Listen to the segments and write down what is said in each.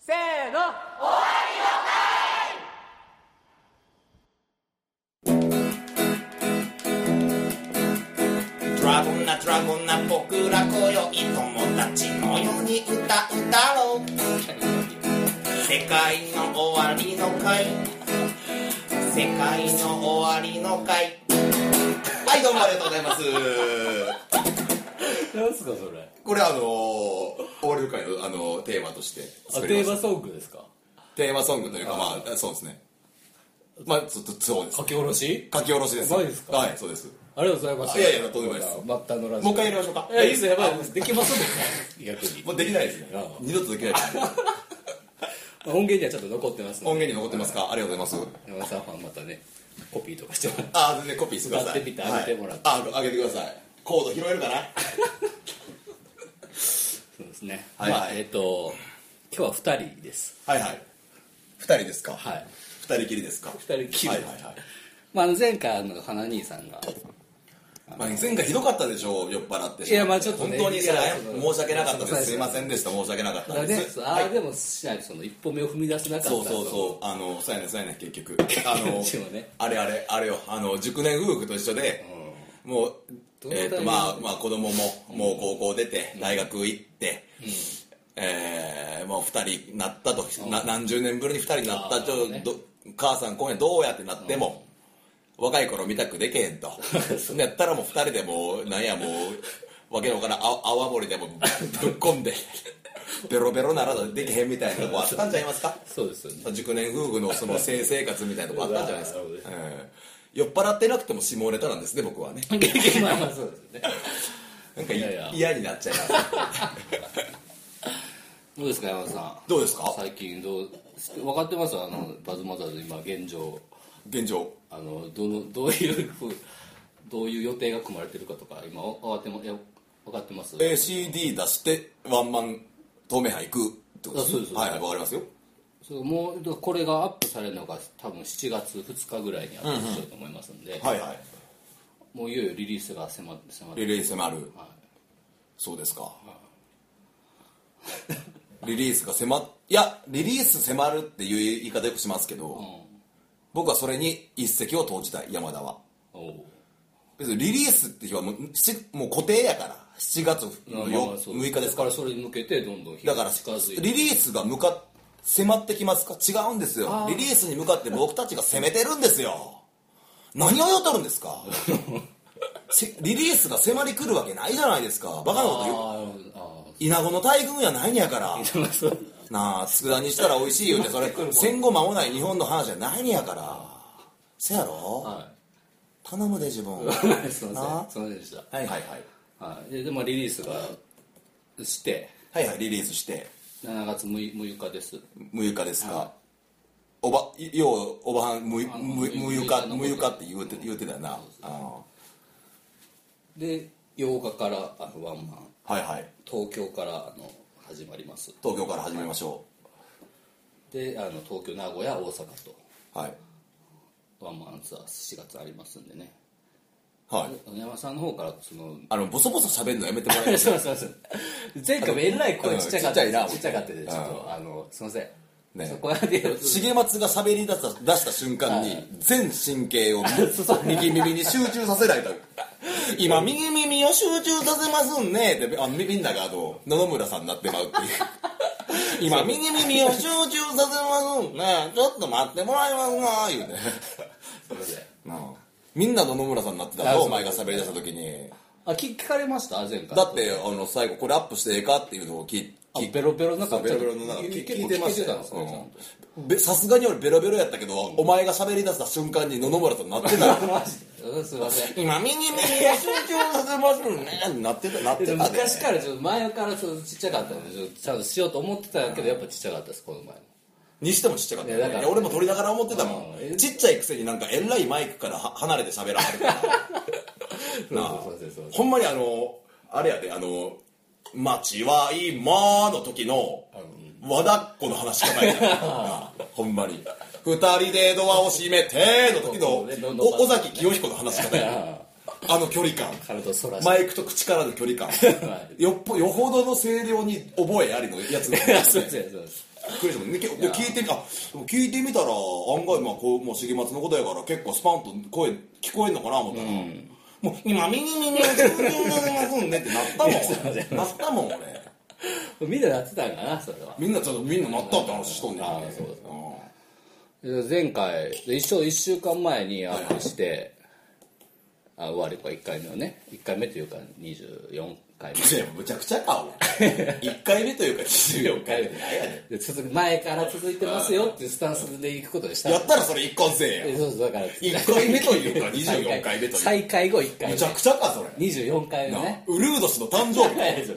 のドラゴンなドラゴンな僕ら今宵友達のように歌うだろう世界の終わりの会世界の終わりの会はいどうもありがとうございますなんすかそれこれあの終わりの会のあのテーマとしてあ作りテましたーマソングですかテーマソングというかまあそうですねまあちょっとそうです書き下ろし書き下ろしですマジですかはいそうですありがとうございますいやいやとんでもないですバッターのラジもうオ一回やりましょうかいやいいですよやばいですできますんで逆にもうできないですねああ二度とできないです音源にはちょっと残ってますの音源でに残ってますかありがとうございます山田さんファンまたねコピーとかしてもらってあ全然コピーしてください使ってみてあげてもらってはいああげてくださいコード拾えるかなそうですねはいまあえっと今日は二人ですはいはい2人ですかはい2人きりですか二人きりはいはいはいまあ前回あの花兄さんがまあ、前回ひどかったでしょう酔っ払っていやまあちょっとね本当にそれいやその申し訳なかったそうでですすすいませんでした申し訳なかっだたからんでねすああでもしないとその一歩目を踏み出せなかったそうそうそうあのそうやねそうやね結 局あ気の持ちもねあれあれあれよあの熟年夫婦と一緒で、もうどのタえイミンっグとまあまあ子供ももう高校出て、大学行って、えーもう二人になったと、な何十年ぶりに二人になったあーちょ、ねど母さん今夜どうやってなっても、若い頃見たくでけへん とやったらもう二人でもうなんやもうわけのわからんあ泡盛でもぶっ込 んでベロベロならできへんみたいなとこあったんちゃいますかそうですよね 熟年夫婦のその性生活みたいなとこあったんじゃないですかなるほどね、ええ酔っ払ってなくても下ネタなんですね僕はねまあまあそうですねなんかいいやいや嫌になっちゃいますどうですか山田さんどうですか最近どう分かってますあのバズマザーズ今現状現状あのどのどういうふうどういう予定が組まれてるかとか今分かってもいや分かってます、えー CD 出してワンマン透明杯行くってことあそうですはいはいわかりますよそうもうこれがアップされるのが多分7月2日ぐらいにアップしようと思いますんで、はいはいもういよいよリリースが迫って迫ってリリースもあるは、そうですかリリースが迫っいやリリース迫るっていう言い方よくしますけど、僕はそれに一石を投じたい山田はいおう別にリリースって日はもうしもう固定やから7月のまあまあそう6日ですかだからそれに向けてどんどん日だがから近づいてリリースが向かっ迫ってきますか違うんですよリリースに向かって僕たちが攻めてるんですよ何を言うとるんです かせリリースが迫り来るわけないじゃないですかバカなこと言うあーあ稲子の大群やないんや からーそうなあ佃煮したら美味しいよってそ れ戦後間もない日本の話じゃないんやからせやろは頼むで自 分いすいなませんすいませんでしあはいはいはいた、はい、ででもリリースがしてはいはいリリースして7月 6, 日です6日ですか、おばいようおばはんむいむいむゆかむゆかって言うて言うてたよなあので8日からあのワンマンはいはい東京からあの始まります東京から始めましょであの東京名古屋大阪とうはいワンマンツアー4月ありますんでねはい米山さんの方からそのあのボソボソ喋るのやめてもらえ ますそうそうそう前回もえらい声ちっちゃかったうんちっちゃいなちっちゃかったでちょっうとあのすいませんねそこまで重松が喋り出した出した瞬間に全神経 を右耳に集中させないと 今右耳を集中させますんねってあ耳の中あと野々村さんになってまうって いう今右耳を集中させますんねちょっと待ってもらいますな言うてすいませんうんみんな野々村さんになってたあぞそうお前が喋り出した時にあ聞聞かれました前回だってあの最後これアップしてええかっていうのを聞あ聞ベロベロなそ感うじベロベロの中結聞構聞いてましたたんですねちゃよんとうんべさすがに俺ベロベロやったけどお前が喋り出した瞬間に野々村となってたうんすいません今右耳を集中させますねなってたなってでたもで昔からちょっと前からそうちっちゃかったんでちょっとちゃんとしようと思ってたけどやっぱちっちゃかったですこの前もにしてもちっちゃかったよいやねだからいや俺も撮りながら思ってたもうんんちっちゃいくせになんかえらいマイクからは 離れて喋らはる からなあそうそうそうそうほんまにあのあれやであの「街は今」の時の和田っ子の話し方やななあ ほんまに「二人でドアを閉めて」の時そうそうねどんのどんお尾崎清彦の話し方 やあの距離感体をそらしてマイクと口からの距離感よっぽよほどの声量に覚えありのやつ いやそうですそうですくりしたもんねけで聞いてみあでも聞いてみたら案外まあこうもう重松のことやから結構スパンと声聞こえんのかな思ったら、もう今耳に耳に耳に耳に耳にねってなったも んなったもん俺みんななってたんかなそれはみんなちょっとみんななったって話しとんじゃんあーそうだで前回で一緒一週間前にアップして、あ終わりか1回目のね1回目というか24回いやむちゃくちゃか俺1 回目というか24回目って何やね目で続く前から続いてますよっていうスタンスで行くことにしたんやったらそれ一貫性やえそうそうだから1回目というか24回目というか再開後1回目むちゃくちゃかそれ24回目ねウルード氏の誕生日はい そうですすい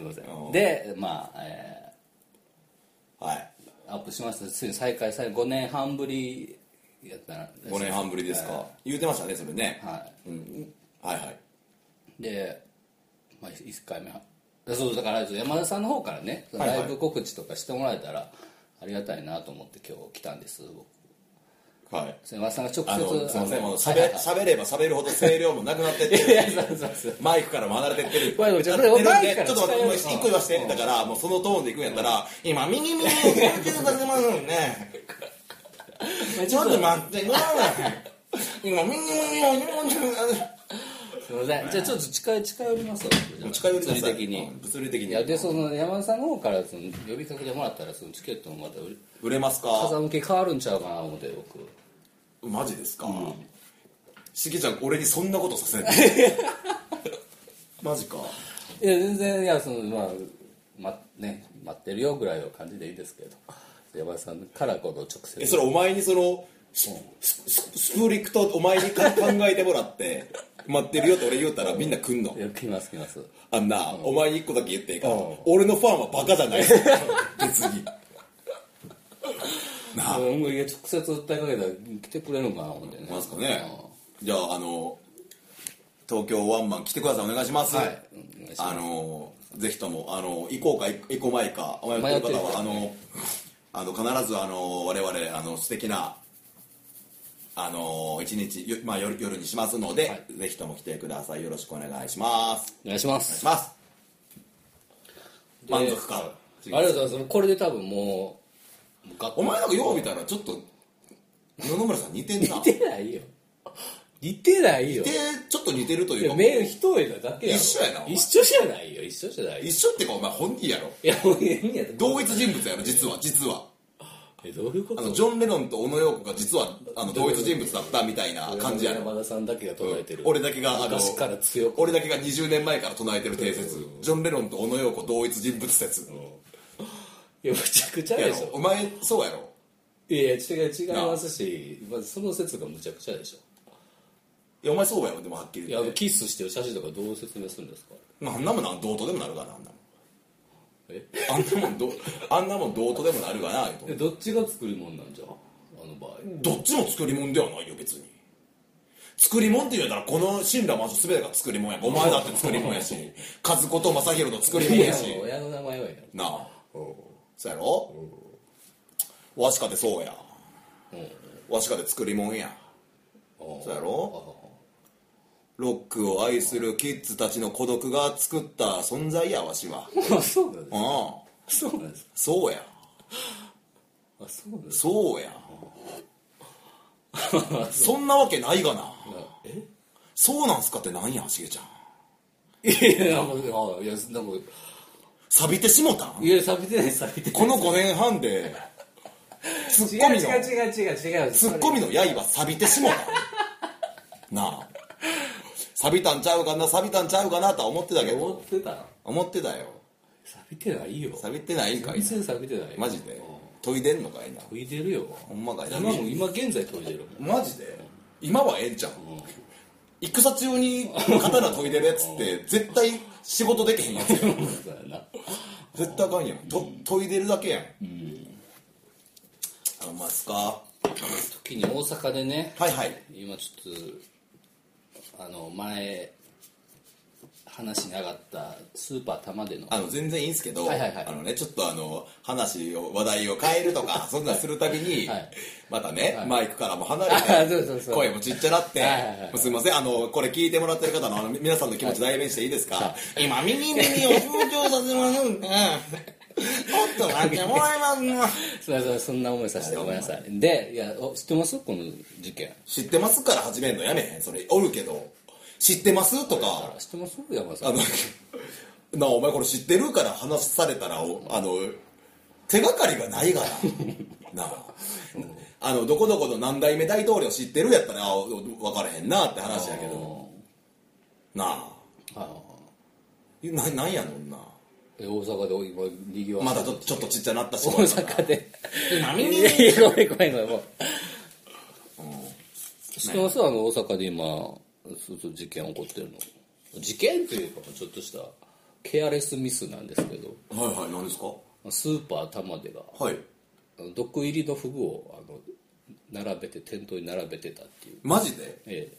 ませんでまあ、えはいーアップしましたついに再開され5年半ぶりやったな5年半ぶりですか言うてましたねそれねはいうんはいはいで、まあ、1回目はそうだから山田さんの方からねはいはいライブ告知とかしてもらえたらありがたいなと思って今日来たんです僕はいそれ山田さんが直接あのすいませんあのもうしはいはいはいゃべればしゃべるほど声量もなくなってって いやいやそうそうそうマイクからも離れてってる。マイクちょっとなってるんでマイクからちょっと待って、もう一個言わせて。だから、もうそのトーンでいくんやったら、今、右耳を研究させますもんね。 ちょっと待ってください。今、右耳を研究さすいませんじゃあちょっと近い近寄りますわせ近寄りなさい物理的にうん物理的いやでに。その山田さんの方からその呼びかけてもらったらそのチケットもまた売り売れます風か向き変わるんちゃうかな思って僕マジですかしげちゃん、俺にそんなことさ せんのマジか。いや全然いやそのまあまね待ってるよぐらいの感じでいいですけど山田さんからこの直接えそれお前にそのススススプリクトお前にか考えてもらって待ってるよって俺言ったらみんな来んのいや来ます来ますあんなお前に一個だけ言っていいからうん俺のファンはバカじゃない別になあうんいや直接訴えかけたら来てくれるのかな思ってね ますかねじゃああの東京ワンマン来てくださいお願いします、はいうんお願いしますあのぜひともあの行こうか行行こうまいか迷ってる方はあのあの必ずあの我々あの素敵なあの一日、よまあ、夜夜にしますので、はいぜひとも来てくださいよろしくお願いしますお願いしまお願いしすますで満足かありがとうございますこれで多分もうもうガッお前なんかよう見たらちょっと野々村さん似てんな 似てないよ似てないよでちょっと似てるといいうやか目一重なだけやろ一緒やなお前一緒じゃないよ一緒じゃないよ一緒っていうかお前本人やろいやもういいんやで同一人物やろ実は実はえどういうこあとのジョン・レノンと小野陽子が実はあの同一人物だったみたいな感じやろ山田さんだけが捉えてる俺だけがあの昔から強く俺だけが20年前から唱えてる定説ジョン・レノンと小野陽子同一人物説いやむちゃくちゃやでろしおょ前そうやろいや違う違いますしまあその説がむちゃくちゃでしょいやお前そうやろでもはっきりい言やあっのてキスしてる写真とかどう説明するんですかあんなもんなんどうとでもなるかなあんなもんえあんなもんどうあんなもんどうとでもなるかな言うとえどっちが作り物なんじゃあの場合どっちも作り物ではないよ別に作り物って言うたらこの神羅万象全てが作り物やお前だって作り物や し和子と正宏の作りい物ややしもう親の名前はやなあそうやろわしかてそうやわしかて作り物やろそうやろロックを愛するキッズたちの孤独が作った存在やわしはあ そうなんでうんすそうなんですかそうやあそうなんですそう やそんなわけないがなかそうなんすかってなんやしげちゃんえいやなんかあいやなんか錆びてしもたんいや錆びてない錆びてないこの5年半 でツッ違コうミの違う違う違う違うツッコミの刃錆びてしもたなあ錆びたんちゃうかな錆びたんちゃうかなとは思ってたけ思どってた思ってたよ錆びてないよ錆びてないんかい全然錆びてないよマジで研いでんのかいな研いでるよほんまかいな今も今現在研いで るマジで今はええんちゃう戦中に刀研いでるやつって絶対仕事できへんやつやんもんそうやな絶対あかんやんと研いでるだけやんあんまっすかは時に大阪でねいはい今ちょっとあの前話に上がったスーパー玉でのあの全然いいんですけど、はいはいはいあのね、ちょっとあの話を話題を変えるとかそんなんするたびに、はいまたね、はいマイクからも離あれそうそうてそう声もちっちゃなって、はいはいはいもうすいませんあのこれ聞いてもらってる方のあの皆さんの気持ち代弁していいですか、今耳耳を集中させますんでっと待ってもらいますな すいませんそんな思いさせてごめんなさいでいやお知ってますこの事件知ってますから始めんのやめへんそれおるけど知ってますとか知ってます山田さあんのなあお前これ知ってるから話されたらおあの手がかりがないからなああのどこどこの何代目大統領知ってるやったらあお分からへんなって話やけどなああななんやのんなえ大阪で今にぎわまだちょちょっとちっちゃなったし大阪で今い見にやいやごめんごめんごめんもう知ってますあの大阪で今そうそう事件起こってるの事件というかちょっとしたケアレスミスなんですけどはいはい何ですかスーパー玉出がはいあの毒入りのフグをあの並べて店頭に並べてたっていうマジでええ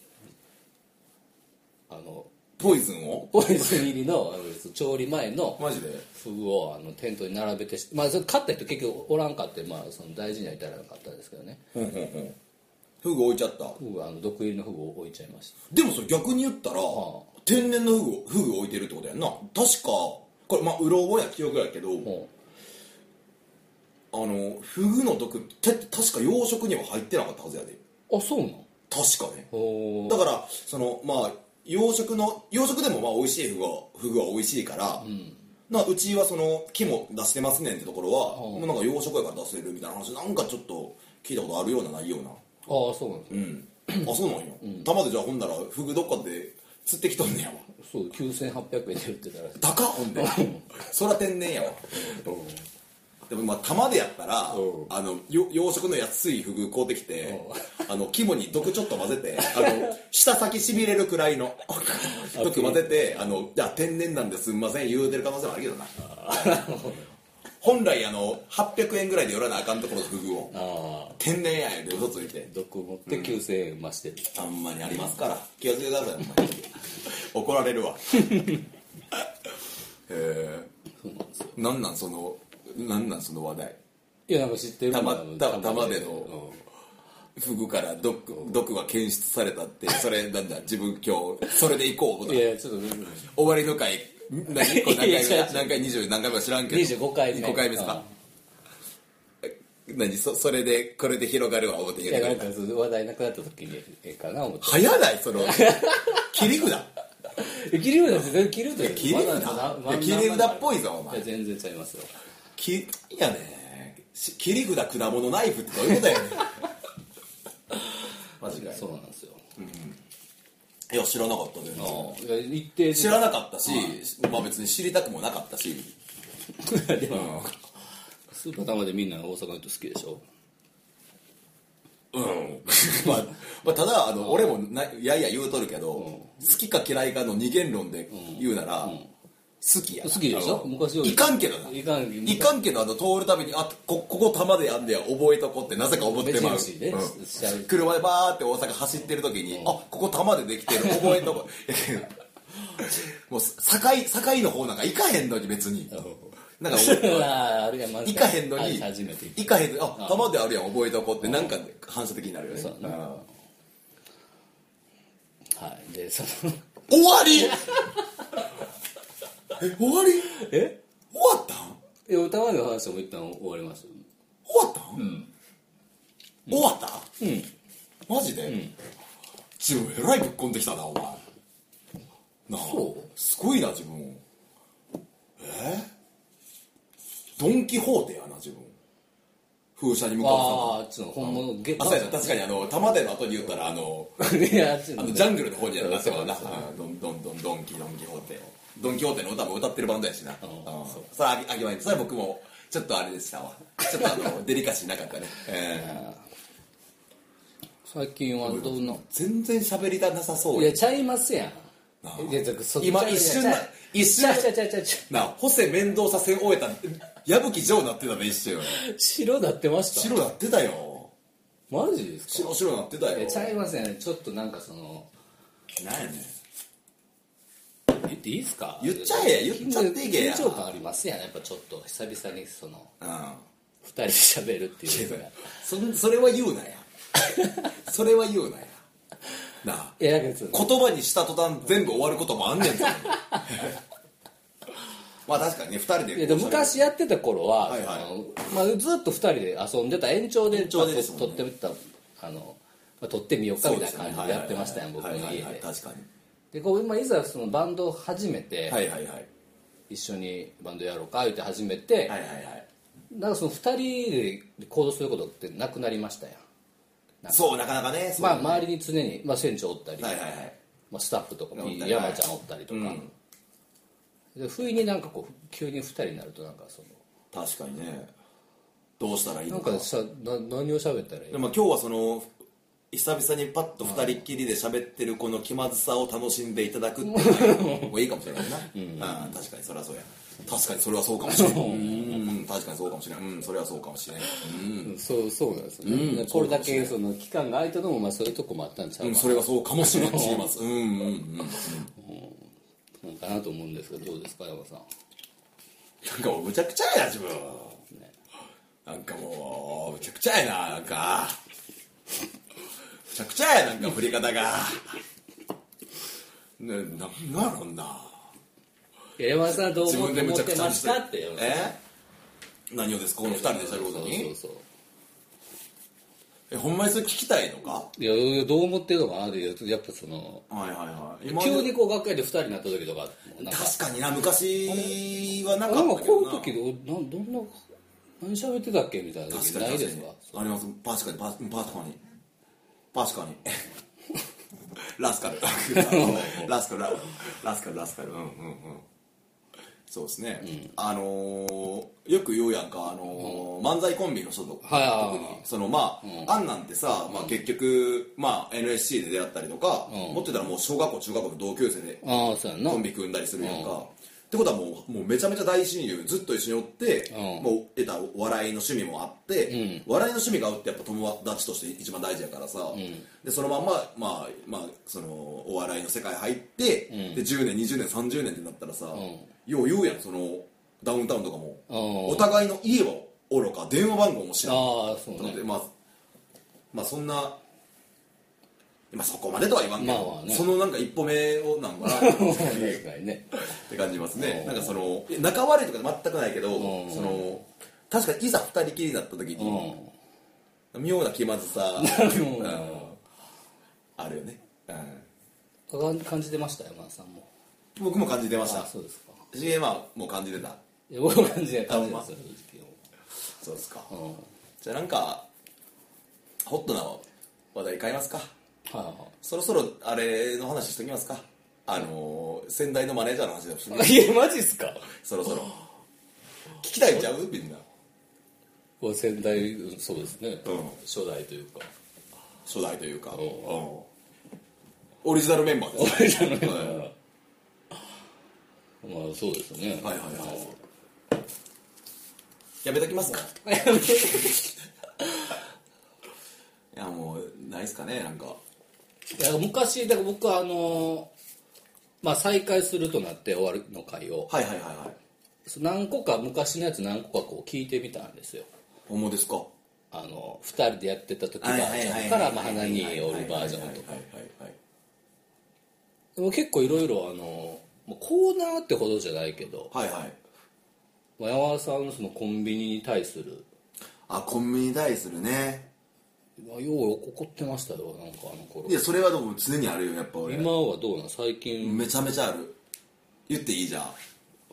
あのポイズンをポイズン入りのあの調理前のマジでフグをあの店頭に並べてしまあそれ買った人結局おらんかって、まあ、その大事には至らなかったですけどねほんほんほんフグ置いちゃったフグあの毒入りのフグを置いちゃいましたでもそれ逆に言ったら、は天然のフグをフグ置いてるってことやんな確かこれまあうろ覚えや記憶やけど、もあのフグの毒って確か養殖には入ってなかったはずやでうあそうなん確かねおだからそのまあ養殖の養殖でもまあ美味しいフグはフグは美味しいから、なうちはその木も出してますねんってところは、もうなんか養殖やから出せるみたいな話なんかちょっと聞いたことあるようなないようなああそうなんですうね、ん あそうなんや、玉でじゃあほんならフグどっかで釣ってきとんねやわそう9800円で売ってたらしい高っほんでそら天然やわでもまあ玉でやったらうんあのよ養殖の安いフグ買うてきてあの肝に毒ちょっと混ぜてあの舌先しびれるくらいの毒混ぜてあのいや天然なんですんません言うてる可能性もあるけどな本来あの800円ぐらいで寄らなあかんところのフグをああ天然やんで嘘ついて毒持って9000円増してる、あんまにありますから気をつけてくださいほん まに怒られる わへえなんなんそのなんなんその話題いやなんか知ってるたまた玉ででのフグから毒毒が検出されたってそれなんだ自分今日それで行こういやいやちょっと終わりの回何個何いや回違う違う目何回20何回目か知らんけど25回目5回目ですか何そそれでこれで広がるわ思ってい言うやけどなんかその話題なくなった時にええかな思って早ないその切り札え切り札って切り札です切り札わざわざいや切り札っぽいぞおい前や全然ちゃいますよきいやねし切り札果物ナイフってどういうことやね んマジかよそうなんですよいや知らなかった全然ああいや一定知らなかったし、まあ別に知りたくもなかったし、ないでうもスーパー玉でみんな大阪の人好きでしょん、 まあ、まあただあの俺もないやいや言うとるけど、好きか嫌いかの二元論で言うなら、好きやな好きでしょうん昔よりいかんけどないかんいかんけどあの通るたびにあこここ玉でやんねや覚えとこってなぜか思ってまう、目印ねうんしちゃう車でバーって大阪走ってる時に、あここ玉でできてる覚えと こいやけどもう境境の方なんか行かへんのに別に、なんかうわーあるやんまず行かへんのはいに初めて行っ行かへんのにあ玉であるやん覚えとこってなんか反射的になるよねそうだねあたはいでそのー終わ りえ終わりえ終わったんいや歌までの話はもう一旦終わりまし終わったん、終わったたうんマジで、自分えらいぶっこんできたなお前なあそうすごいな自分えドン・キホーテやな自分風車に向かうあああっちの本物ゲさあそうやな確かにあの玉での後に言ったらあのにいやあっちあののねジャングルの方にやったそうだなそううんドンドンドンドンキドンキホーテドンキホーテの歌も歌ってるバンドやしなうんそうそれあげあげまいそれは僕もちょっとあれでした わちょっとあのデリカシーなかったね、え最近はどんなー全然喋りたなさそういややちゃいますやんあいやだからそ今一瞬な一瞬ちゃうちゃうちゃうちゃなあホセ面倒さ戦終えた矢吹城なってたね一瞬う白だってました白なってたよマジですか白白なってたいよやちゃいますやんちょっとなんかそのなんやねん言っていいですか言っちゃえや言っちゃっていけや緊張感ありますやんやっぱちょっと久々にそのうん二人で喋るっていうのがそんそれは言うな やそれは言うなやなあいやなんかその 言葉にした途端全部終わることもあんねんぞまあ確かにね2人ででで昔やってた頃は、はいはいあのまあ、ずっと2人で遊んでた延長で延長でですもんねまあと撮ってみたあの、まあ、撮ってみようかそうみたでいすなね感じでやってましたやはいん、僕のはい家で、はいはい確かにでこう今いざそのバンドを始めて、はいはいはい一緒にバンドやろうか言って始めて、はいはいはいなんかその2人で行動することってなくなりましたやんそうなかなかねまあ、あ周りに常に、まあ、船長おったり、はいはいはいまあ、スタッフとかもおったり山ちゃんおったりとか、うんで不意になんかこう急に2人になるとなんかその確かにねどうしたらいいなのんかかさな何を喋ったらいいでも今日はその久々にパッと二人っきりで喋ってるこの気まずさを楽しんでいただくっていうのがもういいかもしれないな、ああ確かにそれはそうや確かにそれはそうかもしれないうんうん確かにそうかもしれないうんそれはそうかもしれないうん、うんそうそうなんですよね、うんこれだけその期間が空いたのもまあそういうとこもあったんちゃううん、かそれはそうかもしれない知りますうんうんうんなんかなんかなと思うんですけどどうですか山さんもうむちゃくちゃやな自分なんかもうむちゃくちゃやななんかむちゃくちゃやなんか振り方がねなんやろんないや山田さんどう自思分っでてむ思ちゃっくてちゃまにしたって山田さんえ何をですかこの二人で喋ることそうにそうそうえほんまにそれ聞きたいのかいやいやどう思ってるのかなっていうとやっぱそのはいはいはい急にこう学会で2人になった時とかなんか確かにな昔はなあかなんっかたけどこうないう時どなんどんな何喋ってたっけみたいな時確かなにい確でかすにかあります確かにパ確かに確 かにラスカ ルラスカルララスカルラスカルうんうんうんそうですね、あのーよく言うやんか、あのー漫才コンビの人とか、はいはいは特いにそのまあ、あんなんてさ、まあ、結局、まあ、NSC で出会ったりとか、ん持ってたらもう小学校中学校の同級生でああそうやんなコンビ組んだりするやんか、ってことはもうもうめちゃめちゃ大親友ずっと一緒におって、うんもう得たお笑いの趣味もあって、笑いの趣味が合うってやっぱ友達として一番大事やからさ、でそのまんま、まあまあ、そのお笑いの世界入って、で10年20年30年ってなったらさ、よう言うやんそのダウンタウンとかも、うんお互いの家はおろか電話番号も知らんああそうなので、ねまあ、まあそんな、まあ、そこまでとは言わんけど、まあまあねそのなんか一歩目をなん かな確かにねって感じますねなんかそのいや仲悪いとか全くないけどうんその確かにいざ二人きりになった時にうん妙な気まず さんうんあるよねうん感感じてました山田さんも僕も感じてましあたそうですかしえまあもう感じてたいや僕も感じない感じあでほすんまよそうですかうんはいじゃあなんかホットな話題変えますかはそろそろあれの話しときますかあのー先代のマネージャーの話でもしときい はいいやマジっすかそろそろ聞きたいんちゃうみんなこう先代うんそうですね、うん初代というか初代というか、んうんオリジナルメンバーです、ね、じゃないはまいあそうですねはいはいはいやめときますか いやもうないっすかねなんかいや昔だから僕はあのまあ再開するとなって終わるの回をはいはいはいはいそ何個か昔のやつ何個かこう聞いてみたんですよほんまですかあの2人でやってた時バージョンからまあ花におるバージョンとかはいはいはいでも結構いろいろあのもうコーナーってほどじゃないけどはいはいはいまあ山田さんのそのコンビニに対するあコンビニ対するねまあよう怒ってましたよなんかあの頃いやそれはでも常にあるよやっぱ俺今はどうなん最近、めちゃめちゃある言っていいじゃん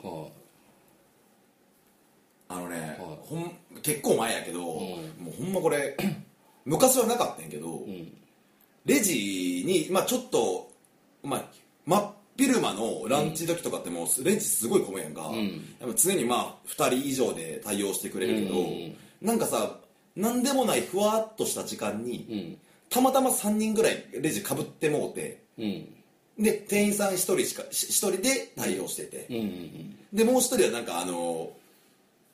はあのね、ほん結構前やけど、もうほんまこ れ昔はなかったんやけど、レジに、まあ、ちょっと、まあ、真っ昼間のランチ時とかってもうレジすごい混むやんか、やっぱ常にまあ2人以上で対応してくれるけど、なんかさなんでもないふわっとした時間に、たまたま3人ぐらいレジかぶってもうていうんで店員さん1人しかし一人で対応してて、うんうんうんでもう一人はなんかあの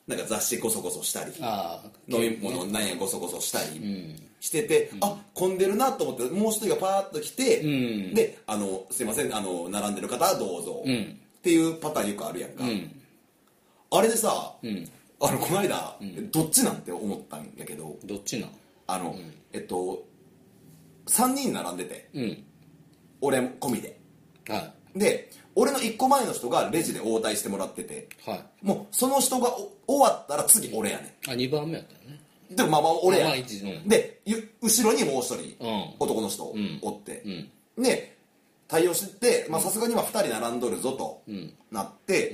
なんか雑誌こそこそしたりああ飲み物なんやごそごそしたりしてて、あ混んでるなと思ってもう一人がパーッと来て、んであの「すいませんあの並んでる方はどうぞ」んっていうパターンよくあるやんか、んあれでさ、んあのこの間、どっちなんて思ったんだけどどっちなんあの、えっと3人並んでてうん俺も込みではで俺の1個前の人がレジで応対してもらっててはいもうその人がお終わったら次俺やねあ2番目やったよねんでもまあまあ俺やまあねん一時うんでゆ後ろにもう一人、うん男の人んおってう、んで対応してまあさすがには2人並んどるぞとんなって、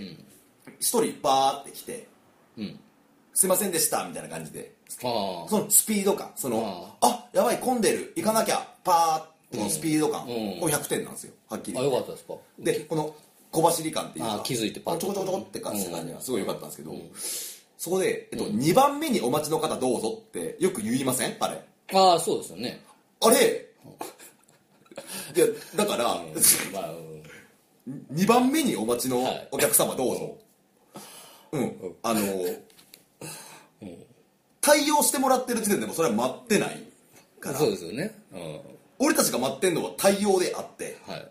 一1人バーって来てうん「すいませんでした」みたいな感じでああそのスピード感そのあやばい混んでる行かなきゃパーッとのスピード感、うんうんこれ100点なんですよはっきりあよかったですかでこの小走り感っていうかあ気づいてパパッッとちょこちょこちょこって感じがすごい良かったんですけど、そこで、えっと、2番目にお待ちの方どうぞってよく言いませんあれああそうですよねあれいやだからまあうん2番目にお待ちのはいお客様どうぞ、うんあの対応してもらってる時点でもそれは待ってないからそうですよねうん俺たちが待ってんのは対応であってはい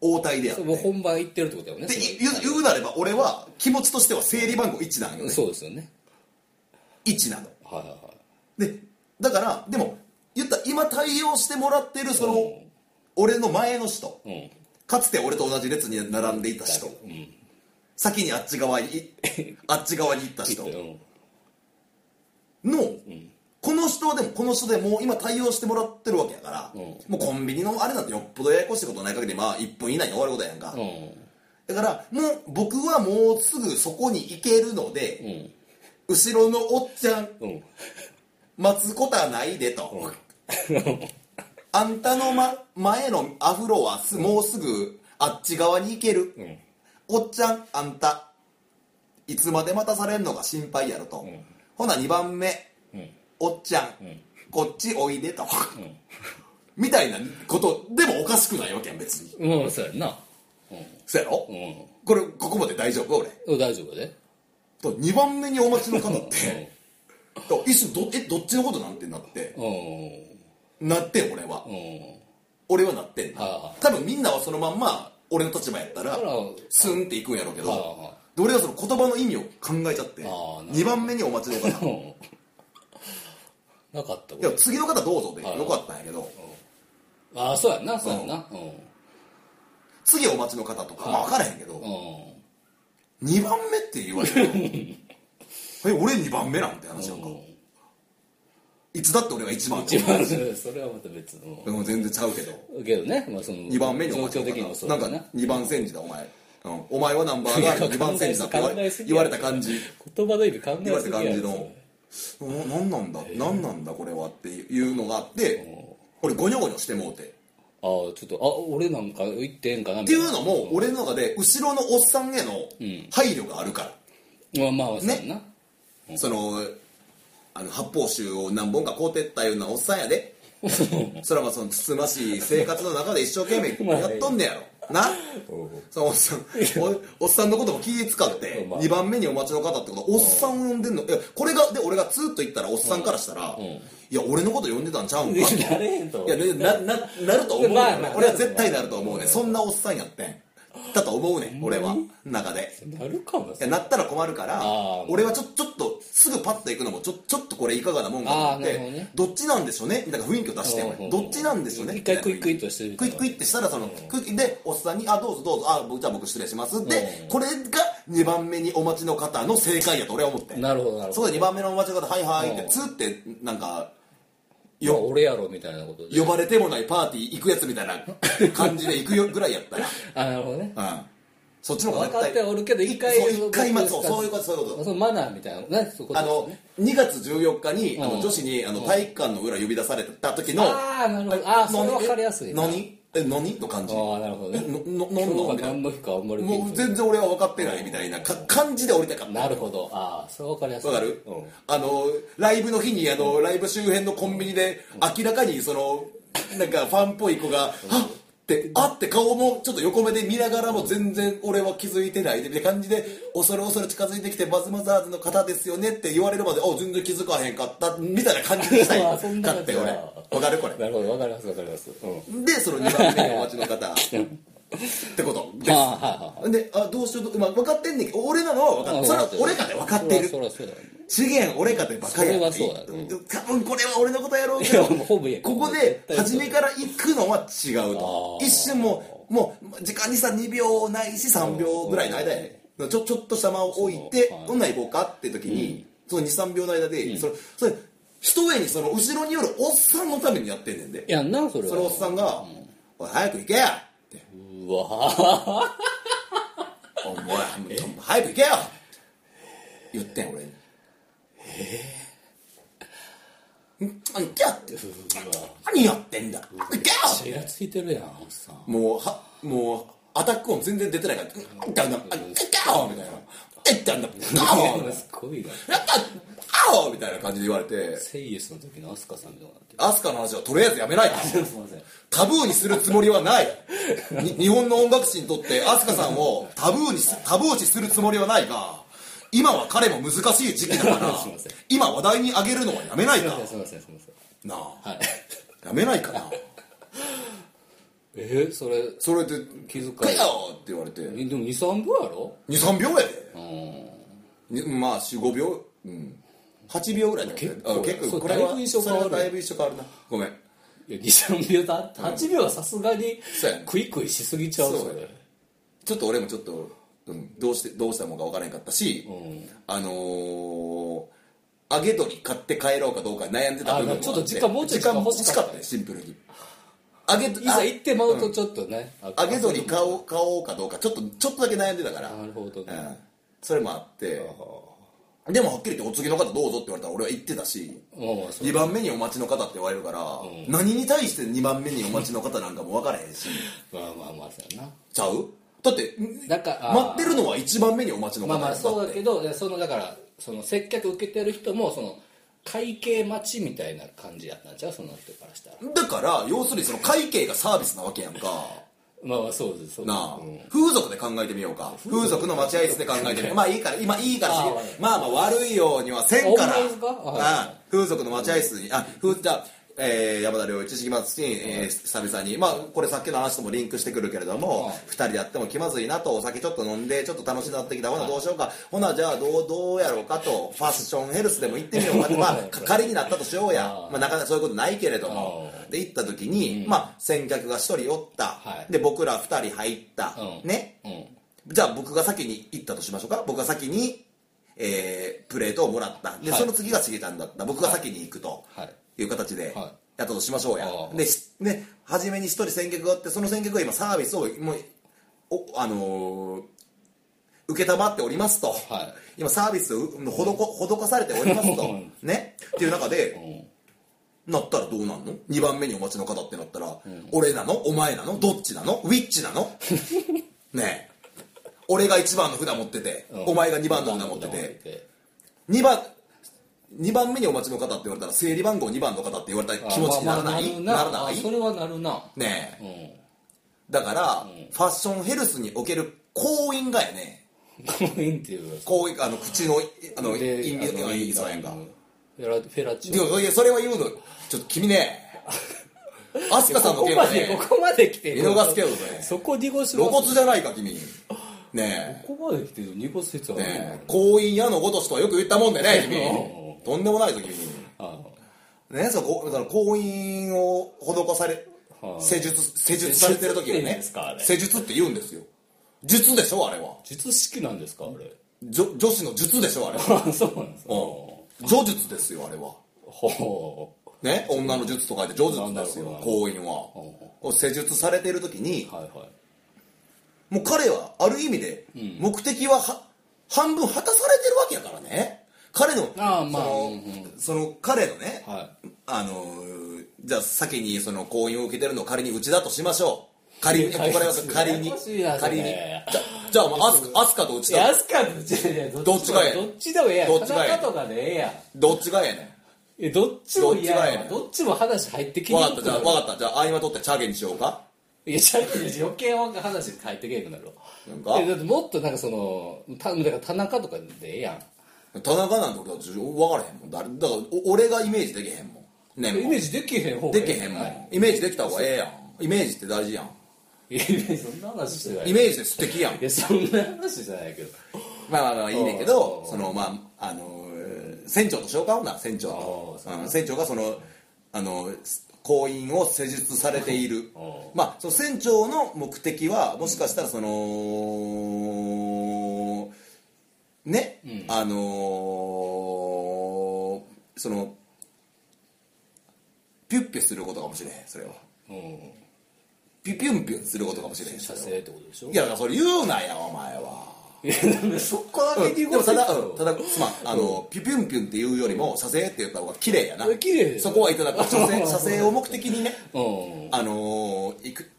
応対であっそてれもう本番行ってるってことだよねでそれ言う言うなれば俺は気持ちとしては整理番号1なんよねそうですよね1なのはいはいはいでだからでも言ったら今対応してもらってるその、俺の前の人うんかつて俺と同じ列に並んでいた人、先にあっち側に いあっち側に行った人うんうんの、この人はでもこの人でもう今対応してもらってるわけやから、んもうコンビニのあれなんてよっぽどややこしいことない限りまあ1分以内に終わることやんか、だからもう僕はもうすぐそこに行けるので、うん後ろのおっちゃんうん待つことはないでと、あんたの、ま、前のアフロはすもうすぐあっち側に行ける、うんおっちゃんあんたいつまで待たされんのが心配やろと、んほな2番目うんおっちゃん、んこっちおいでと、ん みたいなことでもおかしくないわけやん別にうんうんそうやんなそやろ、うんこれここまで大丈夫俺うん大丈夫やでと2番目にお待ちの方ってと一瞬どえどっちのことなんてなってうんうんなってん俺はうん俺はなってんなは多分みんなはそのまんま俺の立場やったらだからスンっていくんやろうけはいどはで俺はその言葉の意味を考えちゃってあーなるほど2番目にお待ちの方いいうんなかったこやと次の方どうぞではいよかったんやけどああそうやんなそうやんなうん次お待ちの方とかまあ分からへんけどうん2番目って言われ るえ俺2番目なんて話なんかいつだって俺が1番一番それそれはまた別のうん全然ちゃうけどけどね、まあ、その2番目にお状前況的にもそうなだんなか2番センチだお前、うん、お前はナンバーいがや2番センチだって言わ考えれすぎ言われた感じ言葉の意味考言われえすたぎ感やじの何なんだ何なんだこれはっていうのがあって俺ゴニョゴニョしてもうてっああちょっとあ俺なんか言ってええんかなみてたいいなうのも俺の中で後ろのおっさんへの配慮があるから、まあまあそうやんな、そのあの発泡酒を何本か買うてったようなおっさんや でそれはまあそのつつましい生活の中で一生懸 命やっとんねやろなそのおっさんおおっさんのことも気使 ってまあ2番目にお待ちの方ってことはおっさんを呼んでんのいやこれがで俺がツーッと言ったらおっさんからしたら、いや俺のこと呼んでたんちゃうんかい やなれへんといやねなななると思う、ねんまあまあ俺は絶対なると思うねんそんなおっさんやってんだと思うねん俺は中でなるかもいやなったら困るからあー俺はちょちょっとすぐパッと行くのもちょちょっとこれいかがなもんかと思っあーなるてほどねどっちなんでしょうねみたいな雰囲気を出して俺どっちなんでしょうね一回クイックイッッとしてみクイックイッってしたらそのクイッでおっさんに「あどうぞどうぞあ僕じゃあ僕失礼します」でこれが2番目にお待ちの方の正解やと俺は思ってなるほどなるほそどこで2番目のお待ちの方「はいはい」っうてんツーってなんかいや俺やろみたいなことで呼ばれてもないパーティー行くやつみたい な感じで行くよぐらいやったらあなるほどねうんそっちの方が分かってはおるけど一回そう一回待つそうそういうことそういうことそのマナーみたいなねそういうことあですよのね2月14日にあうのん女子にあの体育館の裏呼び出された時のああなるほどああそれ何分かりやすいえな何え何の感じああなるほどねのの今のの日みがたい何なの日かあんまりもう全然俺は分かってないみたいなか感じで降りたかったなるほどああそれ分かりやすいわかる、うんあのライブの日にあのライブ周辺のコンビニで明らかにそのなんかファンっぽい子が「はっ!」ってあって顔もちょっと横目で見ながらも全然俺は気づいてないでみたいな感じで恐る恐る近づいてきて「バズマザーズの方ですよね」って言われるまで「あ全然気づかへんかった」みたいな感じにしたいあ そんなか感っじてだ俺わかるこれなるほど分かります分かりますうんでその2番目にお待ちの 方ってことですああはいはいはいであどうしようと、まあ、分かってんねんけど俺なのは分かってそれは俺かで分かってるそりゃそうだよね資源俺かってバカやんそれはそうだうん多分これは俺のことやろうけいどやもうほぼいいここで初めから行くのは違うあとー一瞬ももう時間にさ2秒ないし3秒ぐらいの間やねちょちょっとした間を置いてそうそうはいどんな行こうかって時に、その23秒の間で、それそれ一重にその後ろによるおっさんのためにやってんねんでやんなそれはそのおっさんが「おい早く行けや!」ってうわ「おいもう早く行けよ!」言ってん俺にええー、行けよって何やってんだ行けよイラついてるやんおっさんもう、は、もう、アタック音全然出てないから、うん、ガンガン、あ、ガオーみたいな。え、ガンガン、ガオーみたいな。すごいなやったガオーみたいな感じで言われて、セイエスの時のアスカさんみたいになってアスカの話はとりあえずやめないと。るすいませんタブーにするつもりはない。に日本の音楽史にとって、アスカさんをタブーにす、タブー視するつもりはないが、今は彼も難しい時期だから すいません、今話題に上げるのはやめないすいかま。せんすいませんすいませんなあ、はいやめないかな。えそれそれで、気遣いガオーって言われて、2、えでも23秒やろ3秒やで。うんにまあ45秒うん8秒ぐらいだ結構結そ構うこれはだいぶ印象変わるそれはだいぶ印象変わるなごめんいや23秒だって8秒はさすがにそうやねクイクイしすぎちゃうそうそやねれちょっと俺もちょっと、うん、どうしてどうしたもんか分からへんかったし、んあのー揚げ鶏買って帰ろうかどうか悩んでた部分もああちょっと時間もうちょい時間欲欲ししかかっったたねシンプルに揚げいざあ行ってまうとちょっとねあ揚げ鶏買おう買おうかどうかちょっとちょっとだけ悩んでたからなるほどうねんそれもあってでもはっきり言ってお次の方どうぞって言われたら俺は言ってたしもうそう2番目にお待ちの方って言われるから、何に対して2番目にお待ちの方なんかも分からへん しまあまあまあそうやなちゃうだってんなんかあー待ってるのは1番目にお待ちの方まあまやあんそうだだってけどそのだからその接客受けてる人もその会計待ちみたいな感じやったんちゃうその人からしたらだから要するにその会計がサービスなわけやんかまあまあそうですそうですなあ、風俗で考えてみようか風俗の待合室で考えてみようまあいいから今いいからしあーまあまあ悪いようにはせんからあほんまですかあはいああ風俗の待合室にあ風じゃあえー山田良一式松新、えー久々に、まあ、これさっきの話ともリンクしてくるけれども、はい二人でやっても気まずいなとお酒ちょっと飲んでちょっと楽しくなってきたほなどうしようかほなじゃあどうどうやろうかとファッションヘルスでも行ってみようかって、まあ、か仮になったとしようやあーまあ、なかなかそういうことないけれどもで行った時に、まあ、先客が1人おった、はいで僕ら2人入った、うんねうんじゃあ僕が先に行ったとしましょうか僕が先に、えープレートをもらったで、はいその次がしげちゃんだった僕が先に行くとはいいう形ではやったとしましょうや、ああでしね初めに一人先客があってその先客が今サービスをもうおあのー受けたまっておりますと、は今サービスをう施施されております とねっていう中で、なったらどうなんの2番目にお待ちの方ってなったら、俺なのお前なのどっちなのウィッチな のねえ俺が1番の札持ってて、うんお前が2番の札持ってて2番2番目にお待ちの方って言われたら整理番号2番の方って言われたら気持ちにならない、あまあまあならななあいそれはなるなねえうんだから、ファッションヘルスにおける行員がやねごめんっていう行員あの口のあのでインあビのインそうやんかあのフェラフェラチでオもいやそれは言うのちょっと君ね アスカさんの件はねここまで来て見逃すけどねそこ濁し露ます骨じゃないか君ねここまで来てる濁す説はえなねえい婚姻矢のごとしとはよく言ったもんでね う君とんでもないぞ君あねそこその婚姻を施されはい施術施術されてる時は施術って言うんねですかあれ施術って言うんですよ術でしょあれは術式なんですかあれ女女子の術でし ょあれ はあそうなんですかうん女術ですよあれはほうね女の術と書いて女術ですよなんだろ婚姻はこう施術されてる時にはいはいもう彼はある意味で目的はは半分果たされてるわけやからね彼のああまあその,、うんその彼のね、はあのーじゃあ先にその婚姻を受けてるのを仮にうちだとしましょう仮にいやこれは仮にややこしいな仮にそじれゃじゃあ、まあ、アスカアスカとうちいやだアスカのうちでねどっちがええどっちでもええやんどっちがええ田中とかでええやんどっちがええねんえどっちも嫌やわどどっちも話入ってき分にかったくくじゃなある分かったじゃあ合間取ってチャゲにしようかいやちゃうけど余計わか話入ってけなくなるわなんかえだってもっとなんかそのただから田中とかでええやん田中なんて俺だって分からへんもん誰だからお俺がイメージできへんもんねんイもメんージできへん方がでええきへんもん、イメージできた方がええやんイメージって大事やんいやイメージそんな話してないイいメージで素敵やんやそんな話じゃないけどまあまあまあいいねんけうどんそのまああのー船長としようかほんなら船長とあーそううん船長がそのあのーす行員を施術されているおまあその船長の目的はもしかしたらそのね、あのーそのピュッピュすることかもしれへんそれはうんピュピュンピュンすることかもしれへんそ射れは精ってことでしょいやだからそれ言うなやお前はいやなんでそこだけで言うこもとたでだしょうんただすまんあのピュピュンピュンって言うよりも射精って言った方が綺麗やなえ綺麗そこはいただく射精射精を目的にねうんあのー、行く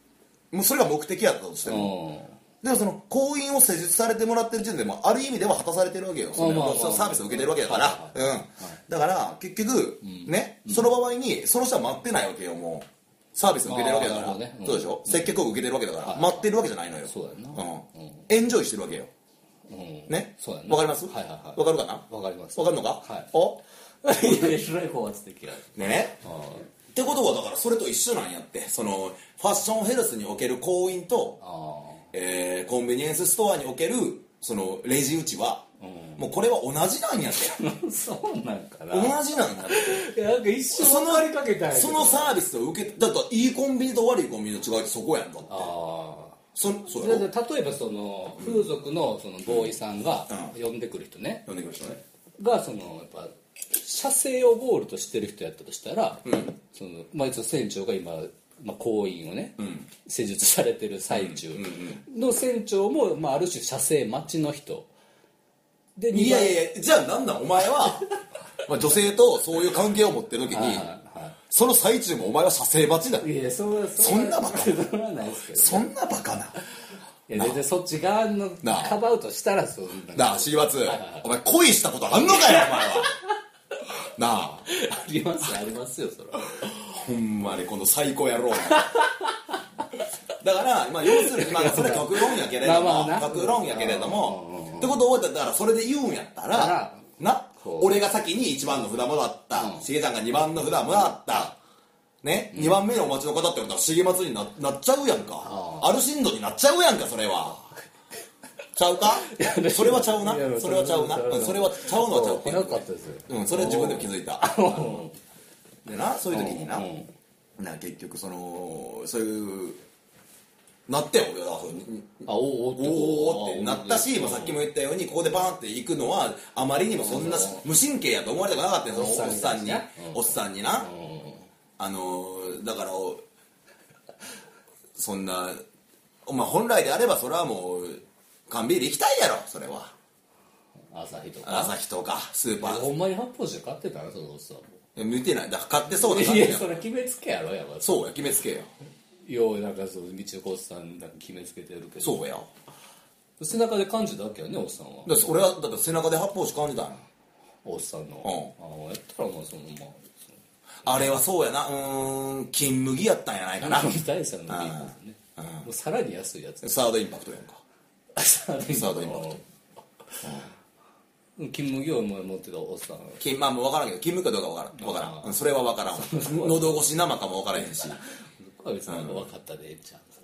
もうそれが目的やったとしてうも、んでもその行員を施術されてもらってる時点でもうある意味では果たされてるわけよ、それまあまあそのサービスを受けてるわけだから、うんだから結局、ねその場合にその人は待ってないわけよもうサービスを受けてるわけだかあら、ーなるほどねうんそうでしょ接客を受けてるわけだから、待ってるわけじゃないのよそうだよなうんエンジョイしてるわけようんねそうやなわかりますはいはいはいわかるかなわかりますわかるのか、はいおいや白い方は素敵やねってことはだからそれと一緒なんやってそのファッションヘルスにおける行員とああえーコンビニエンスストアにおけるそのレジ打ちは、もうこれは同じなん やってそうなんかな同じなんやっていやなんか一瞬その終わりかけたんやけどそのサービスを受けだっていいコンビニと悪いコンビニの違いってそこやんかああそそうそれやでろ例えばその風俗のそのボーイさんがう呼んでくる人ね呼んできましたねがそのやっぱ射精をゴールとしてる人やったとしたら、そのまあ、一応船長が今、まあ、行員をね、施術されてる最中の船長も、まあ、ある種射精待ちの人でいやいやいやじゃあなんなんお前 はまあ女性とそういう関係を持ってる時はいにはその最中もお前は射精待ちだいやいやそそんなバカそんなないですけどそんなバカないや全然そっち側のなあかばうとしたらそんななあ C ツお前恋したことあんのかよお前 はなあありますありますよそれはほんまにこの最高野郎 だから、まあ、要するに、まあ、それ極論やけれどまもあまあな極論やけれどもってことをだからそれで言うんやっただかららなそう俺が先に1番の札もらったしげちゃんが2番の札もらったね、2番目のお待ちの方って言ったら重松にななっちゃうやんかアルシンドになっちゃうやんかそれはちゃうかそれはちゃうないやそれはちゃうなうんそれはちゃうのはちゃうっていう早かったですようん、それは自分でも気づいたでなそういう時になな結局そのそういうなって俺はそうにあおおっておおってなったし、まあ、さっきも言ったようにここでバーンって行くのはあまりにもそんなし無神経やと思われたくなかったよそのおっおっささんんににおっさんになあのーだからおそんなお前本来であればそれはもう缶ビール行きたいやろそれは朝日とか朝日とかスーパーほんまに発泡酒買ってたのそのおっさんも見てないだから買ってそうだからいやそれ決めつけやろやばそうや決めつけよようなんかその道のコースさんなんか決めつけてるけどそうやだう背中で感じたわけよねおっさんはって俺はだって背中で発泡酒感じたのおっさんのああやったらもうそのまああれはそうやなうーん金麦やったんやない かなその第三のビールですねもうさらに安いやつサードインパクトやんかササードインパクトの金麦を持ってたおっさん金まあもう分からんけど金麦かどうか分からん分からん うんそれは分からん喉越し生かも分からへん しあ別に分かったでええんちゃうそ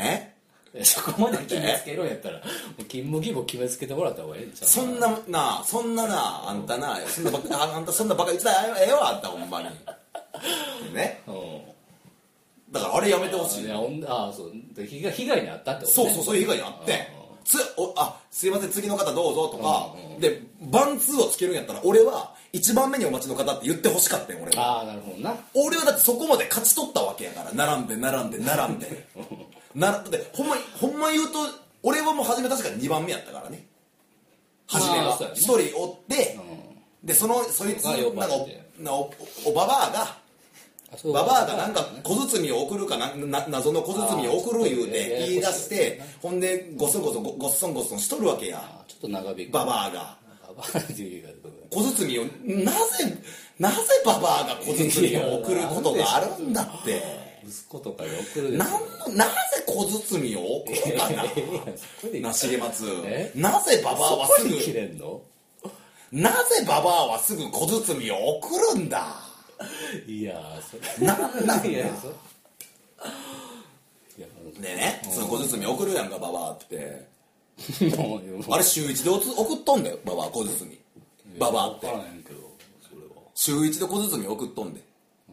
れはええそこまで決めつけろやったらもう金麦も決めつけてもらった方がええんちゃうそんななあそんななああんたなそんなばっかああんたそんなバカ言ってたらええわあんたほんまにねうんだからあれやめてほしいいやほんでああそうで被害被害に遭ったってことそうねそうそういう被害があってつおあすいません次の方どうぞとか、うんでバンツーをつけるんやったら俺は1番目にお待ちの方って言ってほしかったよ俺はああなるほどな俺はだってそこまで勝ち取ったわけやから並んで並んで並んでなだってほんまにほんま言うと俺はもう初め確か2番目やったからね初めまはあそうやね一人おって、でそのそいつながん呼ばかれおてなおおおばばあがあそうババアがなんか小包を送るかなな謎の小包を送る言うあーて言い出してほんでごそごそごごっそんごっそんしとるわけやあちょっと長引くババアがババアっていう言い方ごめん小包をなぜなぜババアが小包を送ることがあるんだって息子とかに送るでしょなんのなぜ小包を送るかいやいやそこでなな重松えなぜババアはそすこに切ぐれんのなぜババアはすぐ小包を送るんだいやーそれなんなんだいやそいやでねその小包送るやんかババアってもうもうあれ週一でおつ送っとんだよババア小包ババアってわからへんけどそれは週一で小包送っとんで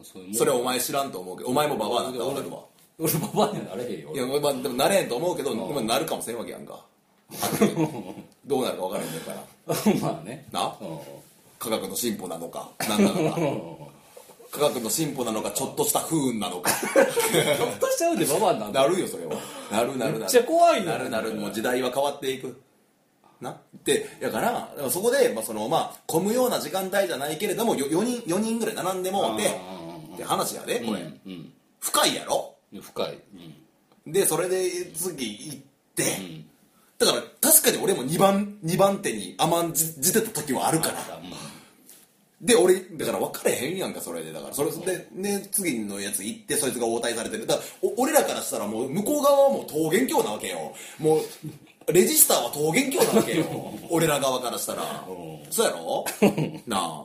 うそういうもんそれお前知らんと思うけどお前もババアなんだ分かるわ俺ババアにはなれへんよいや、まあ、でもなれへんと思うけど、でもなるかもしれんわけや んかどうなるか分からへんねんから俺 まあねなうん科学の進歩なのか何な のか科学の進歩なのかちょっとした不運なのかひょっとしちゃうでババアになんだなるよそれはなるなるなるめっちゃ怖いよなるなるもう時代は変わっていくなってだからだからそこで、まあそのまあ、混むような時間帯じゃないけれどもよ4人四人ぐらい並んでもうてで話やでこれ、うん深いやろうん深い、うんでそれで次行って、だから確かに俺も2番二番手に甘んじじてた時はあるからで俺だから分かれへんやんかそれでだからそれで、ね、次のやつ行ってそいつが応対されてるだからお俺らからしたらもう向こう側はもう桃源郷なわけよもうレジスターは桃源郷なわけ よ俺ら側からしたらそうやろなあ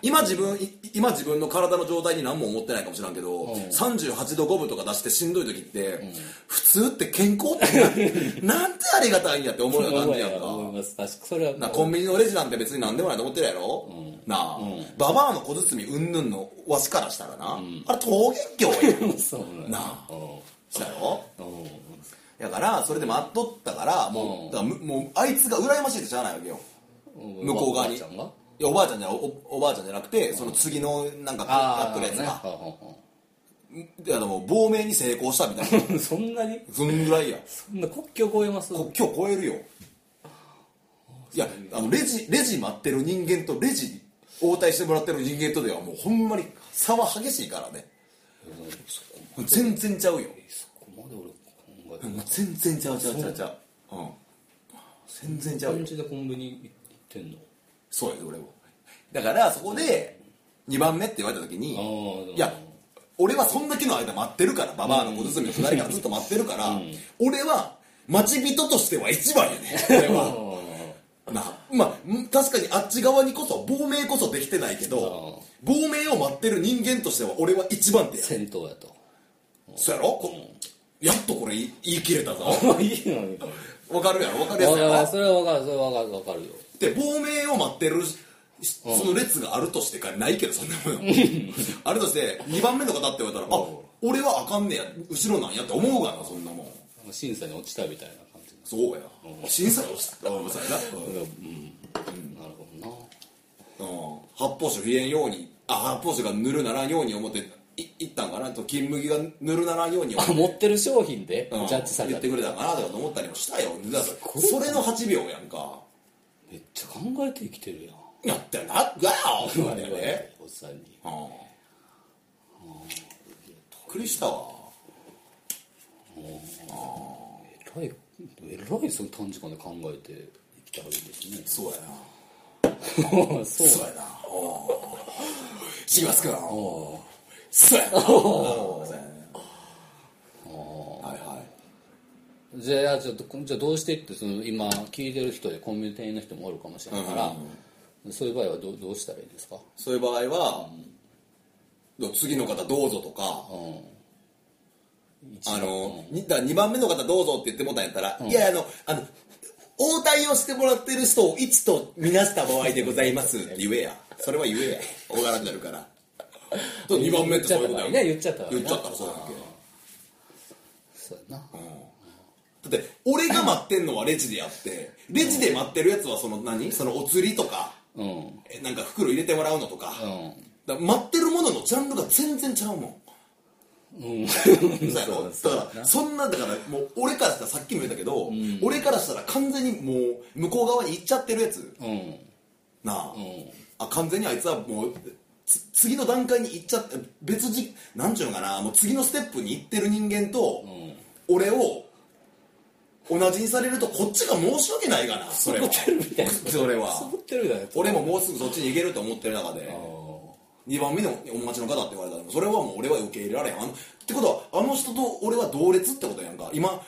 今自分い今自分の体の状態に何も思ってないかもしれんけど38度5分とか出してしんどい時って、普通って健康って ななんてありがたいんやって思うような感じやんか思います確かそれはなコンビニのレジなんて別に何でもないと思ってるやろ、なあ、ババアの小包うんぬんのわしからしたらな、あれ桃源郷やそう なんなだあうんそうやろうんやからそれで待っとったからもう,、うんだからむもうあいつが羨ましいって知らないわけようん向こう側おばあにちゃんがいやおばあちゃんじゃないおおばあちゃんじゃなくてその次のなんかあやっあとるやつねが、ほうほいやでも亡命に成功したみたいな うほうそんなにそんぐらいやそんな国境越えます国境超えるよいやあのレジレジ待ってる人間とレジ応対してもらってる人間とではもうほんまに差は激しいからね全然ちゃうよそこまで俺考えてもう全然ちゃうちゃうちゃうちゃう、うん、全然ちゃうよ感じでコンビニ行ってんのそうやで俺もだからそこで2番目って言われた時にああいや俺はそんだけの間待ってるからババアの小包の隣からずっと待ってるから、俺は待ち人としては一番やね 俺あはなまあん確かにあっち側にこそ亡命こそできてないけど亡命を待ってる人間としては俺は一番手や戦闘やとそうやろこやっとこれ言い言い切れたぞ いいのにわかるやろわかるやつやろそれは分かるそれは分かる分かるよで亡命を待ってるしその列があるとしてかないけどそんなもんあるとして2番目の方って言われたらあ俺はあかんねや後ろなんやって思うがなそんなもん審査に落ちたみたいな感じそうや審査をしたうんそうやなうんうん、なるほどなうん発泡酒冷えんようにあ発泡酒がぬるならんように思っていいったんかなと金麦がぬるならんように思っあて持ってる商品でうんジャッジされ言ったてくれたんかなとかと思ったりもしたよだからそれの8秒やんかめっちゃ考えて生きてるやんやったよなわおって言われてねおっさんにうんびっくりしたわえらいえらいその短時間で考えて生きてはるんですそうやなねそうそうやな シグマス君そうやなそうやねはいはいじゃあちょっとじゃあどうしてってその今聞いてる人でコンビニ店員の人もおるかもしれないから、そういう場合はどうどうしたらいいですかそういう場合は、次の方どうぞとか、あの、にだ2番目の方どうぞって言ってもらったんやったら、いや、あの、あの、応対をしてもらってる人を1とみなした場合でございますって言えや。それは言えや。大柄になる から。と2番目ってそういうことやん言っちゃったわね言っちゃったらそうだっそうやなけ。だって、俺が待ってんのはレジでやって、レジで待ってるやつはその何そのお釣りとか、うんうえなんか袋入れてもらうのとか。んだから待ってるもののジャンルが全然ちゃうもんそうやろそうだからそんなだからもう俺からしたらさっきも言ったけど、俺からしたら完全にもう向こう側に行っちゃってるやつうんなあ,、んあ完全にあいつはもうつ次の段階に行っちゃって別じなんちゅうのかなもう次のステップに行ってる人間と、俺を同じにされるとこっちが申し訳ないがなそれはサボってるみたいなそれはサボってるみたいな俺ももうすぐそっちに行けると思ってる中で2番目のお待ちの方って言われたらそれはもう俺は受け入れられへんあのってことはあの人と俺は同列ってことやんか今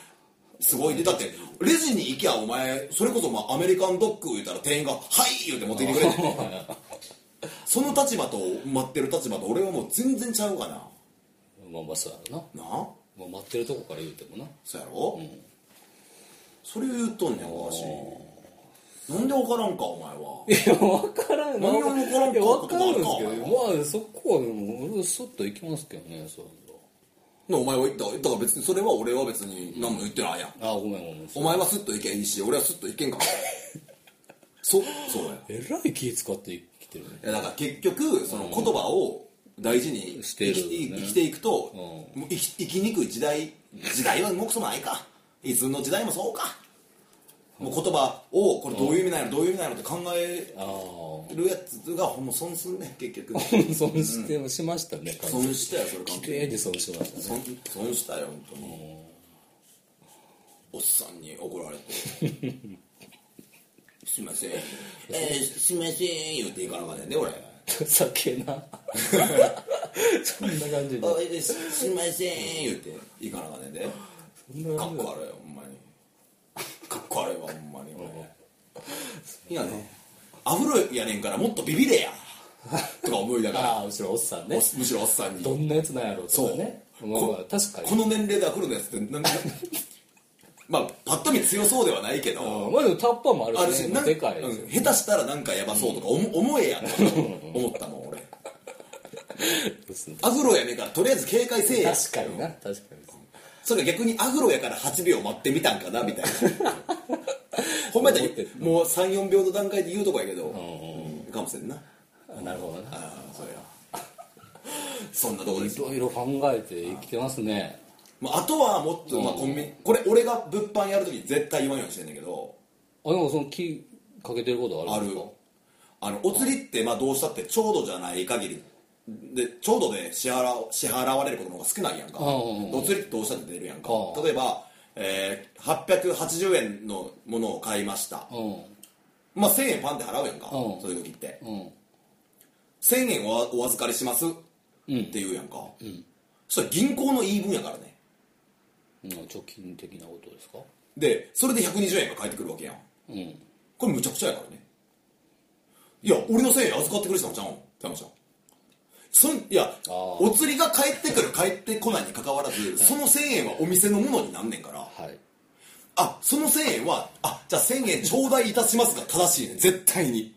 すごいでだってレジに行きゃお前それこそまあアメリカンドッグ言うたら店員が「はい!」言うて持ってきてくれてんねんその立場と待ってる立場と俺はもう全然ちゃうかなまあまあそうやろななあもう待ってるとこから言うてもなそうやろ、それを言っとんねんわしなんで分からんかお前はいや分からん何を分からんいや分かるんですかけお前どまあそこはでも俺そっと行きますけどねそうなお前は言っただから別にそれは俺は別に何も言ってないやん、あごめんごめんお前はスッといけんし俺はスッといけんから そそうやえらい気使って生きてるねいやだから結局その言葉を大事にし生てるき,、ね生きていくと、うんもう生き生きにくい時代時代はもうくそもないかいつの時代もそうか、もう言葉をこれどういう意味なの、どういう意味なのって考えああるやつがほんま損すんねん結局 損してもしましたね完全に損したよそれ完綺全麗にに損しましたね損損したよ本当におっさんに怒られて 「すいません、えー、すいません」言うていかなあかんねんね俺。酒なそんな感じであいですすいません言うて行かなあかんねんでそんなか感っじこ悪いほんまにかっこ悪いわほんまに俺いやねアフロやねんからもっとビビれやとか思いながらああ後ろおっさんおねむしろおっさんにどこんなやつなんやろうとかねそうまあまあ確かにの年齢でアフロのやつって なんまあパッと見強そうではないけどうんまあでもタッパーもああるるししねなんでかいうん下手したらなんかやばそうとか思思えやとか 思ったもん俺ですねアフロやねんからとりあえず警戒せえや確かにな確かにそれが逆にアフロやから8秒待ってみ たんかなみたいなほんまやったらもう34秒の段階で言うとこやけど、うんかもしれんなあなるほどなああそれは そんなとこでいすろいろ考えて生きてますねまああとはもっと、まあ、コンビニこれ俺が物販やるとき絶対言わんようにしてんねんけどあでもその木かけてることああるんでるすかあのお釣りってまあどうしたってちょうどじゃない限りでちょうどで支払う支払われることの方が少ないやんか、うんうんうんお釣りってどうしたって出るやんか、うん例えば、えー、880円のものを買いました、まあ、1000円パンって払うやんか、うんそういう時ってうんうん1000円おお預かりしますって言うやんか、そしたら銀行の言い分やからねうん貯金的なことですかでそれで120円が返ってくるわけやんうんこれむちゃくちゃやからねいや俺の1000円預かってくれてたんちゃうんたまちゃんそんいやあーお釣りが返ってくる返ってこないにかかわらずその1000円はお店のものになんねんからはいあその1000円はあじゃあ1000円頂戴いたしますが正しいねん絶対に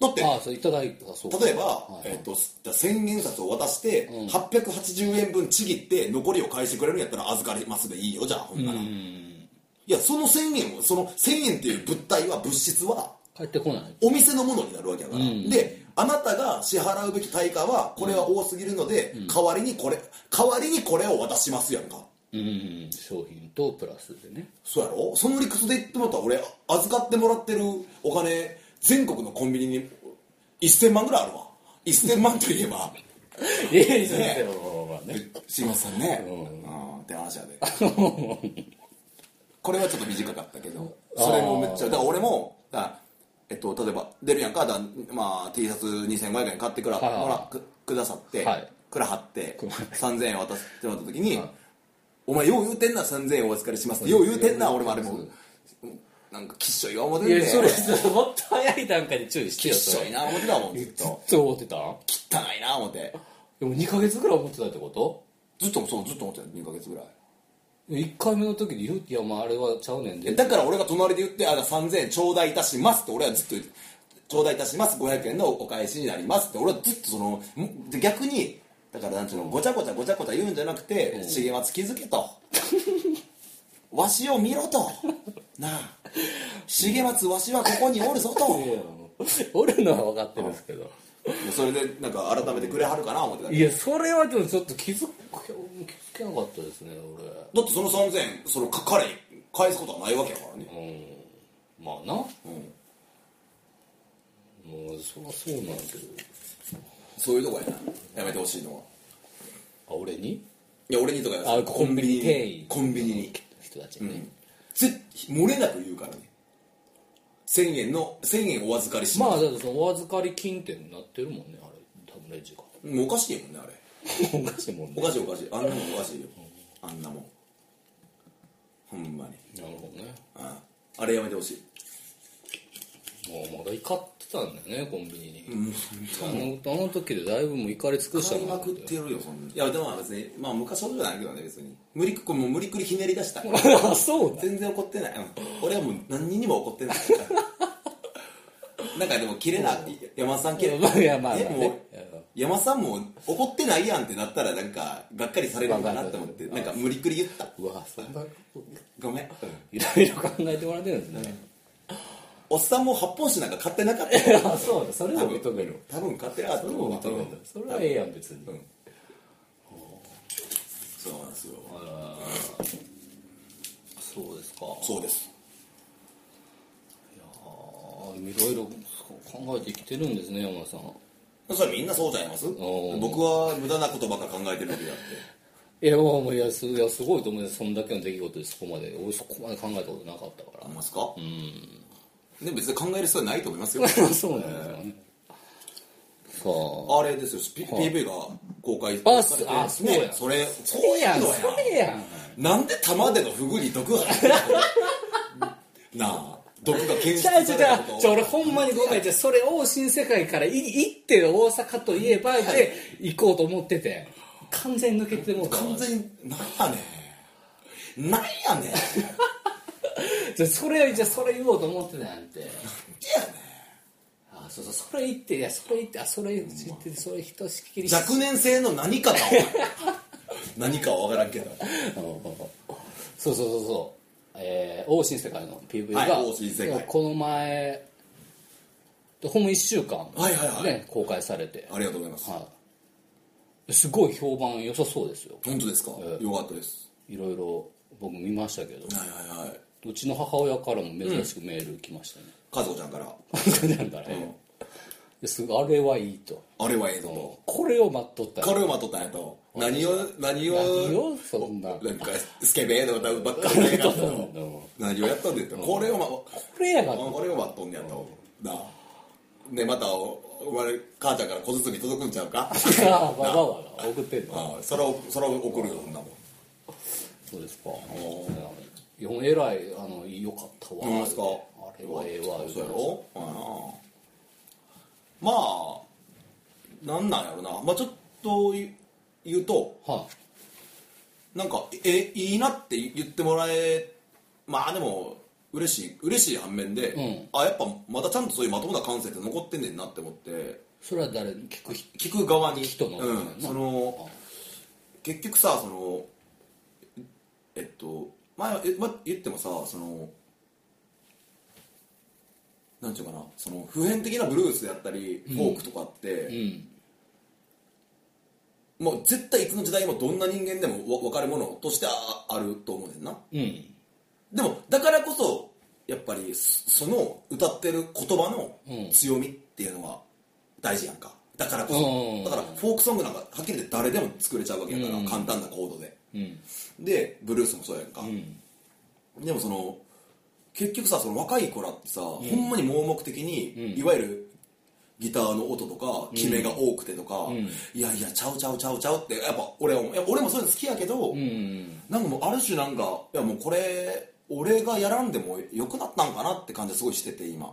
だってああそれいただいたそうか例えば、いえっとじゃあ千円札を渡して、880円分ちぎって残りを返してくれるんやったら預かりますでいいよじゃあほんなら、いやその1000円をその1000円っていう物体は物質は帰ってこないお店のものになるわけだから、であなたが支払うべき対価はこれは多すぎるので、代わりにこれ代わりにこれを渡しますやんかうん商品とプラスでねそうやろその理屈で言ってもらったら俺預かってもらってるお金全国のコンビニに1000万ぐらいあるわ1000万といえばいやいやいやいやねすいませんね、うんうん、って話やでこれはちょっと短かったけどそれもめっちゃだから俺もだからえっと、例えば出るやんかだ、まあ、T シャツ2500円買ってくら,、はいはいはもいらくくださって、はいくらはってくらはっ3000円渡してもらった時に「はいお前よう言うてんな3000円お預かりします」ってよう言うてんなそう俺もあれそもうそうなんかきっしょいわ思てんいねやそれそれもっと早い段階で注意してきっよしそょれいな思ってたもんずっとそう思ってたん汚いな思ってでも2ヶ月ぐらい思ってたってことずっとそうずっと思ってた2ヶ月ぐらい1回目の時で言ういやお前あれはちゃうねんえでだから俺が隣で言って「あだから3000円頂戴いたします」って俺はずっと言って「頂戴いたします500円のお返しになります」って俺はずっとそのんで逆にだからなんちゅうのごちゃごちゃごちゃごちゃ言うんじゃなくて「重松気づけ」と 「わしを見ろ」と「なあ重松わしはここにおるぞ」 といや俺のは分かってるんですけどそれでなんか改めてくれはるかな思ってたけいどやそれはでもちょっと気づけ気づけなかったですねだってその3000円そのか彼に返すことはないわけやからね俺うんまあなうんもうそりゃそうなんやけどそういうとこやなやめてほしいのはあ俺にいや俺にとかやあコンビニ店員コンビニに人たちにねぜ漏れなく言うからね1000円の1000円お預かりしままあす、だってそのお預かり金ってなってるもんねあれ多分レジがもうおかしいもんねあれ おかしいもんねおかしいおかしいあんなもんおかしいよあんなもんほんまになるほどねああれやめてほしいもうまだ怒ってたんだよねコンビニに、あのあの時でだいぶもう怒り尽くした買いなまくってるよそんないやでもまあ別にまあ昔ほどじゃないけどね別に無理くこれもう無理くりひねり出した あそうだ 全然怒ってない、うん俺はもう何にも怒ってないなんかでも切れな山田さん切れまあいやまあまあでもねうん山田さんも怒ってないやんってなったらなんかがっかりされるのかなと思ってなんか無理くり言ったうわそんなことごめんいろいろ考えてもらってるんですね、おっさんも発泡酒なんか買ってなかったよあそうだそれは認めろ多分買ってなかったそとれ思うも認めろそれはええやん別に、うんそうなんですよそうですかそうですあいろいろ考えてきてるんですね山田さんそれみんなそうじゃいますおー僕は無駄なことばっか考えてるわけだっていやもういやすいやすごいと思うよそんだけの出来事でそこまで俺そこまで考えたことなかったからありますかでも別に考える必要はないと思いますよ そうなんですよね。さあ。あれですよ、P- PV が公開あされてあそうやねそれ、そうやん、のそうやん。なんで玉でのフグに毒が入ってるの なあ、毒が検出じさゃあ、れじたゃあ、じゃあことじゃあ俺ほんまにごめん。じゃあそれを新世界からい行って大阪といえばで行こうと思ってて。完全に抜けてもうたわ完全に、なんやねん。なんやねん。いじゃあそれ、じゃあそれ言おうと思ってたやんって。やねあそうそう、それ言って、いや、それ言って、あ、それ知ってて、それひとしきり。ん若年性の何かだ、お前 何かは分からんけど。そうそうそうそう、えー、王新世界の PV が、はい王新世界この前ほんの1週間、はいはいはいね、公開されて、ありがとうございます。はい、すごい評判良さそうですよ本当ですかよかったです。いろいろ僕見ましたけどはいはいはい。うちの母親からも珍しくメール来ましたね、和子ちゃんから、なんだねですごいあれはいいとあれはええぞと。これを待っとった彼をまとったんやと。何を、何を、何よそんななんかスケベの歌ばっかりや がったのうんこ何をやったんだよとこれを、ま、れやがとこれを待っとんねやとなあねまたおお前母ちゃんから小包届くんちゃうか ババアが送ってんのああそれをそれを送るよそんなもんそうですか。いや、えらい、あの、良かったわ。思いますかあれはええわ。そうやろうんまあなんなんやろなまあちょっと言う言うとはなんかえいいなって言ってもらえまあでも嬉しい嬉しい反面で、うんあやっぱまだちゃんとそういうまともな感性って残ってんねんなって思ってい。それは誰に聞く人聞く側に人のうん、その結局さそのえっと前え、ま、言ってもさそのなんていうかなその普遍的なブルースであったり、フォークとかって、うん。もう絶対いつの時代もどんな人間でもわ分かるものとしてああると思うねんなうん。でもだからこそやっぱりそその歌ってる言葉うんの強みっていうのは大事やんかだからこうそんだからフォークソングなんかはっきり言って誰でも作れちゃうわけやからうん簡単なコードでうん。でブルースもそうやんかうん。でもその結局さその若い子らってさほんまに盲目的にうんいわゆるギターの音とかキメが多くてとかんいやいやちゃうちゃうちゃうちゃうってやっぱ俺は思ういや俺もそういうの好きやけどうん。なんかもうある種なんかいやもうこれ俺がやらんでもよくなったんかなって感じがすごいしてて今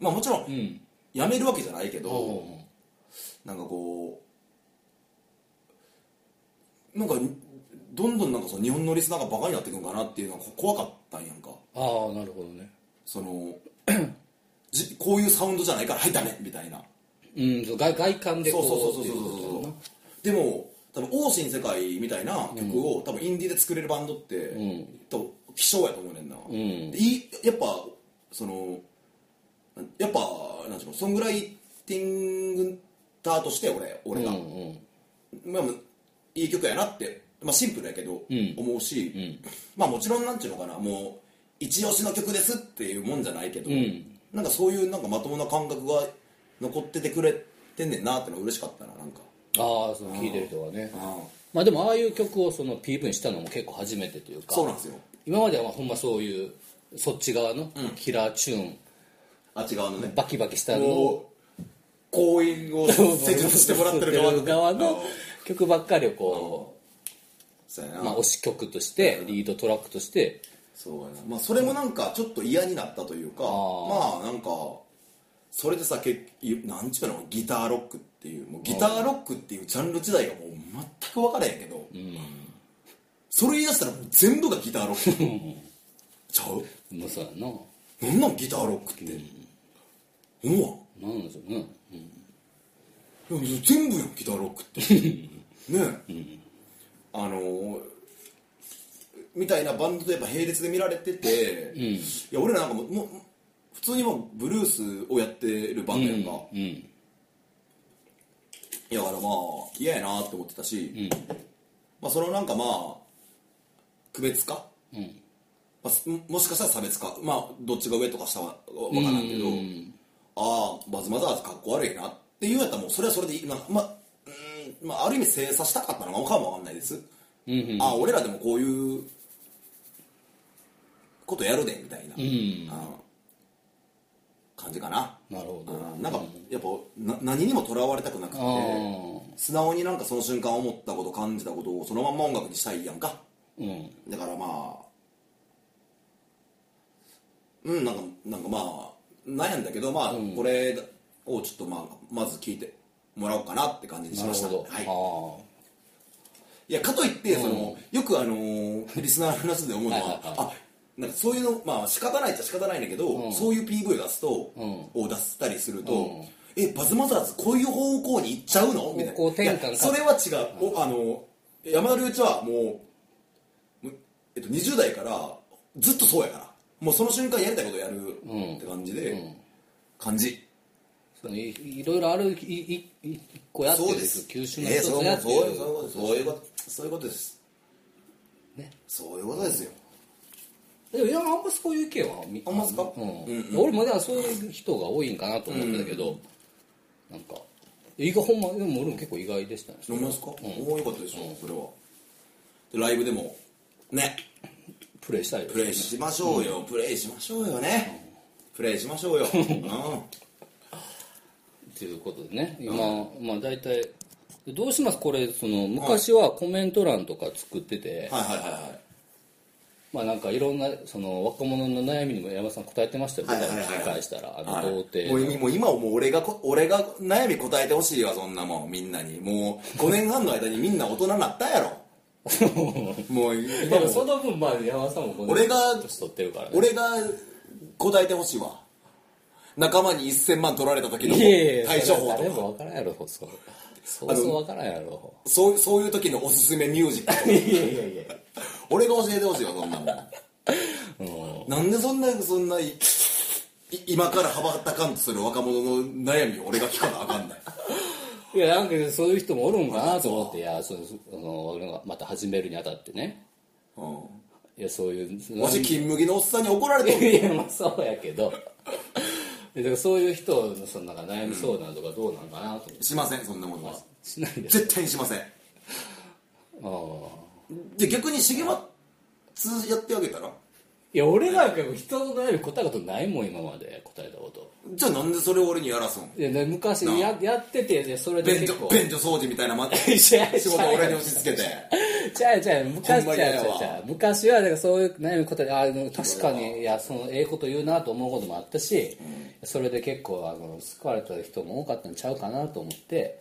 まあもちろうんん。やめるわけじゃないけど、うん。なんかこうなんかどんどんなんかその日本のリスナーがバカになっていくんかなっていうのがこ怖かったんやんかああ、なるほどね。その じこういうサウンドじゃないからはいダメみたいなうん。そう外外観でそうそうそうそうっそていうことそうだなでも多分「王神世界」みたいな曲を、多分インディーで作れるバンドって、んと希少やと思うねんな、んいいやっぱそのやっぱなんていうのソングライティングターとして俺俺が、うんうん。まあ、いい曲やなって、まあ、シンプルやけど、ん思うし、まあもちろんなんていうのかなもう一押しの曲ですっていうもんじゃないけど、んなんかそういうなんかまともな感覚が残っててくれてんねんなってのは嬉しかったななんかああ、そう、聞いてる人はね。あまあでも、ああいう曲をその PV にしたのも結構初めてというか。そうなんですよ今まではまあほんまそういう、そっち側のキラーチューン、あっち側のねバキバキしたのをこう行員を施術してもらってる側そうそう側のあ曲ばっかりをこそうやう、な、まあ、推し曲としてリードトラックとしてそうやな、まあ、それもなんかちょっと嫌になったというかあまあなんかそれでさ結なんちゅうのギターロックっていうもうギターロックっていうジャンル時代がもう全く分からへんけど、それ言い出したらもう全部がギターロック ちゃうもうそうやななんなんギターロックって思わんなんなんでしょうね、うんでも全部よギターロックってねえ、あのーみたいなバンドとやっぱ並列で見られてて、いや俺らなんかもうもう普通にもうブルースをやってるバンドやんか、うんいやだからまあ嫌やなって思ってたし、まあそのなんかまあ区別化、まあすもしかしたら差別化まあどっちが上とか下はわからんけど、ああバズマザーズかっこ悪いなっていうやったらもうそれはそれでいいなんかまあうーんまあある意味精査したかったのかもわかんないです、ああ俺らでもこういうことやるでみたいな、ああ感じかななるほどうんなんかやっぱな何にもとらわれたくなくてあー素直になんかその瞬間思ったこと感じたことをそのまんま音楽にしたいやんかうんだからまあうんなんかなんかまあ悩んだけどまあ、これをちょっとまあまず聞いてもらおうかなって感じにしなるましたほど、はい、ああいやかといってその、よくあのーリスナーの話で思うのははいはいはいあなんかそういうのまあ仕方ないっちゃ仕方ないんだけど、そういう PV 出すと、を出したりすると、うんえバズマザーズこういう方向に行っちゃうのみたいな方向転換かいやそれは違う、おあの山田隆一はもうむえっと、20代からずっとそうやからもうその瞬間やりたいことやるって感じで、感じそのいいろいろあるいいい一個やってるんですそう九です州の一つやってる、ええそういうことそういうことそういうことそういうことですねそういうことですよ、でもいやあんまそういう意見はみあんまっすかうんうん俺もだからそういう人が多いんかなと思ってたけど、なんか意外ほんまでも俺も結構意外でしたね飲みますか、おおよかったでしょ、それはでライブでもねプレイしたいよプレイしましょうよ、プレイしましょうよね、プレイしましょうよ、うっていうことでね今、まあ大体どうしますこれその昔はコメント欄とか作ってて、ん、はいはいはいはいまあなんかいろんなその若者の悩みにも山田さん答えてましたよ、はいはいはいはい僕が聞き返したらあはいの童貞ものうもう今はもう俺がこ俺が悩み答えてほしいわそんなもんみんなにもう5年半の間にみんな大人になったやろもう今でももその分まあ山田さんもこの俺が年取ってるからね俺が答えてほしいわ仲間に1000万取られた時のいやい対や処法それは誰とかも分からんやろそうそうそう分からんやろそうそういう時のおすすめミュージックいやいやいや俺が教えてほしいわそんなもんなんでそんなそんないい今から羽ばたかんとする若者の悩みを俺が聞かなあかんないいやなんかそういう人もおるんかなと思っていやそのその俺がまた始めるにあたってねうんいやそういうわし金麦のおっさんに怒られてるいやまあそうやけどだからそういう人のそのなんか悩み相談とかどうなんかなと思って、しませんそんなものはしないです絶対にしませんああで逆に重松やってあげたらいや俺なんか人の悩み答えたことないもん今まで答えたことじゃあなんでそれを俺にやらすんいやで昔ややっててでそれで便結所構便所掃除みた いな ま仕仕事を俺に押し付けてちゃうちゃう昔ほんまちにゃう嫌やちゃわうちゃう昔はだからそういう悩み答えであでも確かにいやそのええこと言うなと思うこともあったし、それで結構あの救われた人も多かったんちゃうかなと思って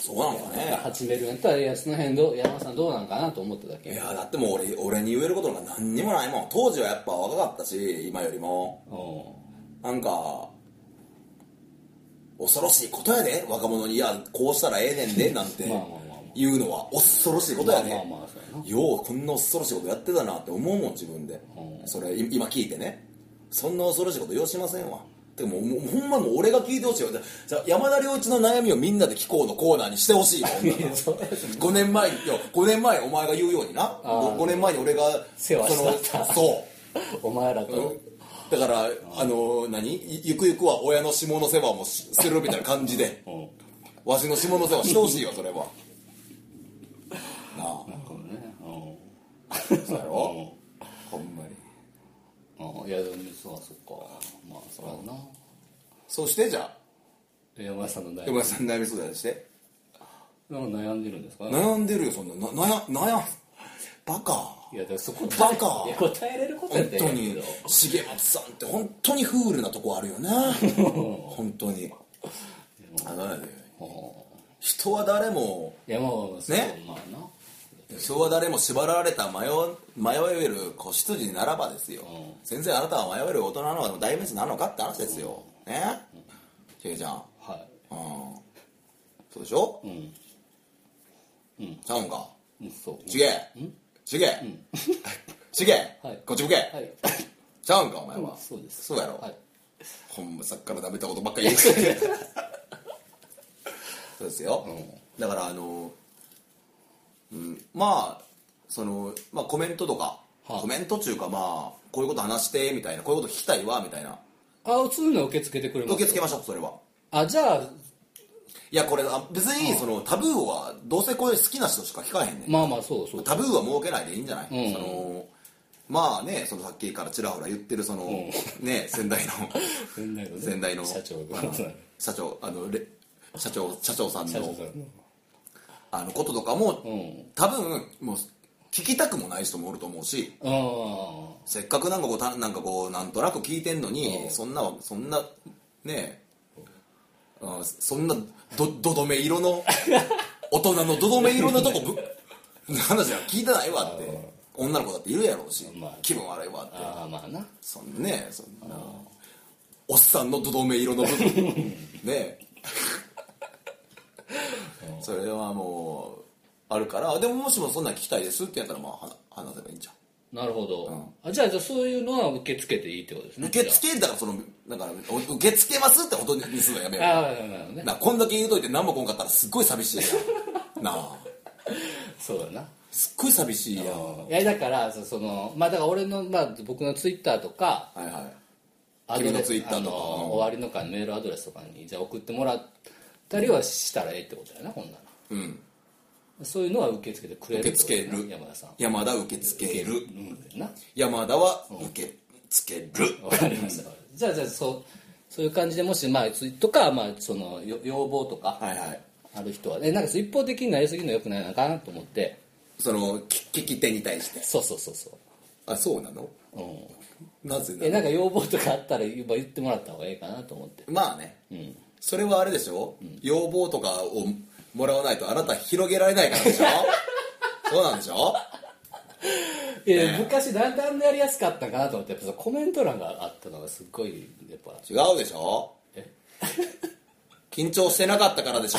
そうなのかね始めるんやったらいやその辺どう山田さんどうなんかなと思っただけいやだってもう俺俺に言えることなんか何にもないもん当時はやっぱ若かったし今よりもうなんか恐ろしいことやで若者にいやこうしたらええねんでなんてまあまあまあまあ言うのは恐ろしいこんとまやあまあねまあそうやなようこんな恐ろしいことやってたなって思うもん自分でうそれい今聞いてねそんな恐ろしいことようしませんわてかもうもうほんまもう俺が聞いてほしいわじゃじゃあ山田良一の悩みをみんなで聞こうのコーナーにしてほしい わほんなら5年前にいや5年前お前が言うようにな 5, 年前に俺が世話しそのなかったそうお前らと、だからあの何いゆくゆくは親の下の世話もしするみたいな感じ でうんわしの下の世話してほしいよそれはなあなるほどねうんそうやろほんまにあいやでもそうそっかまあそうやなそしてじゃあ山田さんの悩山み田さん悩み相談してなんか悩んでるんですか悩んでるよそんなな悩悩んバカいやだからそこバカいや答えれることや本ったら当ええけにど重松さんって本当にフールなとこあるよね本当にあの人は誰もいやまあまあまあそうねまあな人は誰も縛られた迷迷える子羊ならばですよ、う先生あなたは迷える大人の大名詞なのかって話ですよ、ねヒゲちゃんはうんそうでしょうんちゃうんかい、うん、そうちげえちげえ ちげえはいこっち向けはいちゃうんかお前はそうですそうやろはいほんまさっきから舐めたことばっかり 言ってそうですよ、だからあの、うん、まあその、まあ、コメントとか、はいコメント中かまあこういうこと話してみたいなこういうこと聞きたいわみたいなあそういうのは受け付けてくれます受け付けましょうそれはあじゃあいやこれあ別にそのタブーはどうせこれ好きな人しか聞かへんねんまあまあそうそうタブーは設けないでいいんじゃない、うんそのまあねそのさっきからちらほら言ってるその、ね先代 の先代の,、先代の社長があの社長あのレ社長社長さん社長のさんのあのこととかも、うん多分もう聞きたくもない人もおると思うしあせっかくなんかこうたなんかこうなんとなく聞いてんのに、うんそんなそんなねえ、あそんなどどどめ色 の大人のどどめ色のとこぶ話は聞いてないわって女の子だっているやろうし、まあ気分悪いわってあああまあなそんなねそんなおっさんのどどめ色の部 分ねえそれはもうあるからでももしもそんなん聞きたいですってやったらまあは話せばいいんじゃなるほど、あじゃあじゃあそういうのは受け付けていいってことですんね受け付けだからそのだからお受け付けますってことにするのやめじよゃあああなるほどうねなこんだけ言うといて何も来んかったらすっごい寂しいやんなあそうだなすっごい寂しいやんはいやだからそそのまあだから俺の、まあ、僕のツイッターとかいはいア君のドレス Twitter とかあうのん終わりの会のメールアドレスとかにじゃあ送ってもらったりはしたらええってことやなほんならうんそういうのは受け付けてくれる受け付けってことるやな山田さん山田受け付けるうんな山田は受け付けるわかりましたじゃあじゃあそうそういう感じでもしまあツイとかまあそのよ要望とかはいはいある人はねなんかそう一方的になりすぎるのよくないのかなと思ってそのき聞き手に対してそうそうそうそあそうなのううんなぜえなのなんか要望とかあったら言えば言ってもらった方がいいかなと思ってまあね、んそれはあれでしょ、要望とかをもらわないとあなた広げられないから でしょそうなんでしょいや昔だんだんやりやすかったかなと思ってやっぱそのコメント欄があったのがすっごいやっぱ違うでしょえ緊張してなかったからで しょ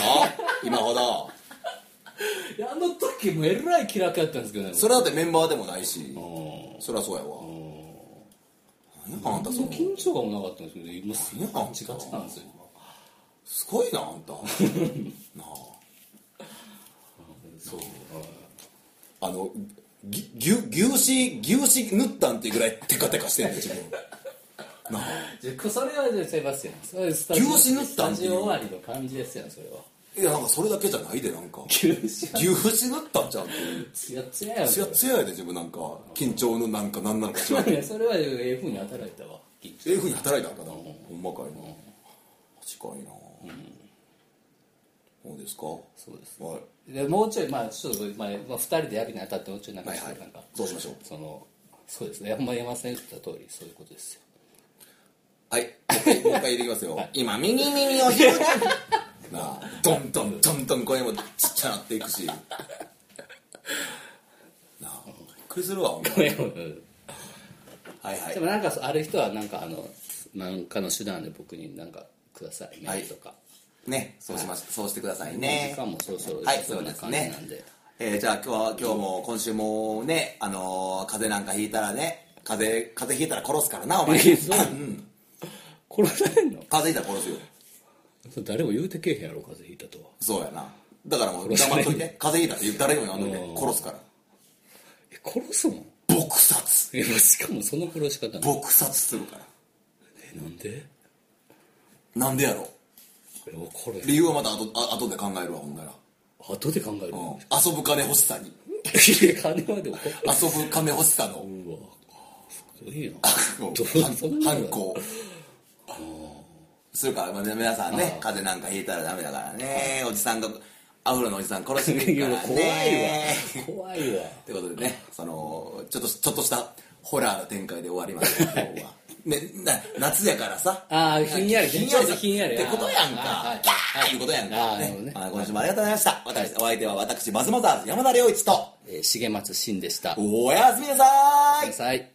今ほどいやあの時もえらい気楽やったんですけどねそれだってメンバーでもないしうんそりゃそうやわ何やあんたそそのの緊張感もなかったんですけど今すごい何やあんガたチガチなんですよすごいなあん たなあそうあのぎ牛牛脂牛脂塗ったんっていうぐらいテカテカしてんね自分なあじゃあそれはじゃあ違いますよそれはスタ牛脂塗ったんスタジオ終わりの感じですよそれはいやなんかそれだけじゃないでなん か牛脂牛脂塗ったんちゃうっていうツヤツヤやんツヤツヤやで自分なんか緊張のなんかなんなのか知らんいやそれはええふうに働いたわ緊ええふうに働いたんかな、ほんまかいな確かいな、そうですかそうですはいでもうちょいまあちょっと、まあまあ、2人でやるにあたってもうちょいなんかはいちょっはとなんか、いそうしましょうそのそうですねほんま山田さんが言ってた通りそういうことですよはいもう一回もう一回入れてき ますよ、今右耳を 拾うなあどんどんどんどん声もちっちゃなっていく しなあびっくりするわほんま ではいはいもなんかそうある人はなんかあのなんかの手段で僕になんかくださいはメいールとか、ねそうしまし、そうしてくださいねね時間もそろそろはい、そうです感じねなんで。えーじゃあ今日は今日も今週もね、あのー風邪なんかひいたらね、風邪風邪ひいたら殺すからなお前。風 そう殺されんの邪ひいたら殺すよ。それ誰も言うてけえへんやろ風邪ひいたとはそうやな。だからもう黙っといて。風邪ひいたって言う誰にも言わんといて。殺すから。え殺すの撲殺えしかもその殺し方なの撲殺するから。えなんでなんでやろえこれ理由はまた後あ後で考えるわほんなら。後で考えるうんの、遊ぶ金欲しさに。いや金までも遊ぶ金欲しさの。うわすごいなどうそんなの犯行するから、まあ、皆さんね風邪なんかひいたらダメだからねおじさんがアフロのおじさん殺してくれいるやから怖いわね怖いわということでねそのちょっとちょっとしたホラーの展開で終わりました今日はね、な夏やからさあーひんやりひんやりちょっとひんやりってことやんあーはかいキャーっていうことやんあかーなるほどねねあー今週もありがとうございました私お相手は私バズマザーズ山田良一とえー重松真でしたおやすみなさーいください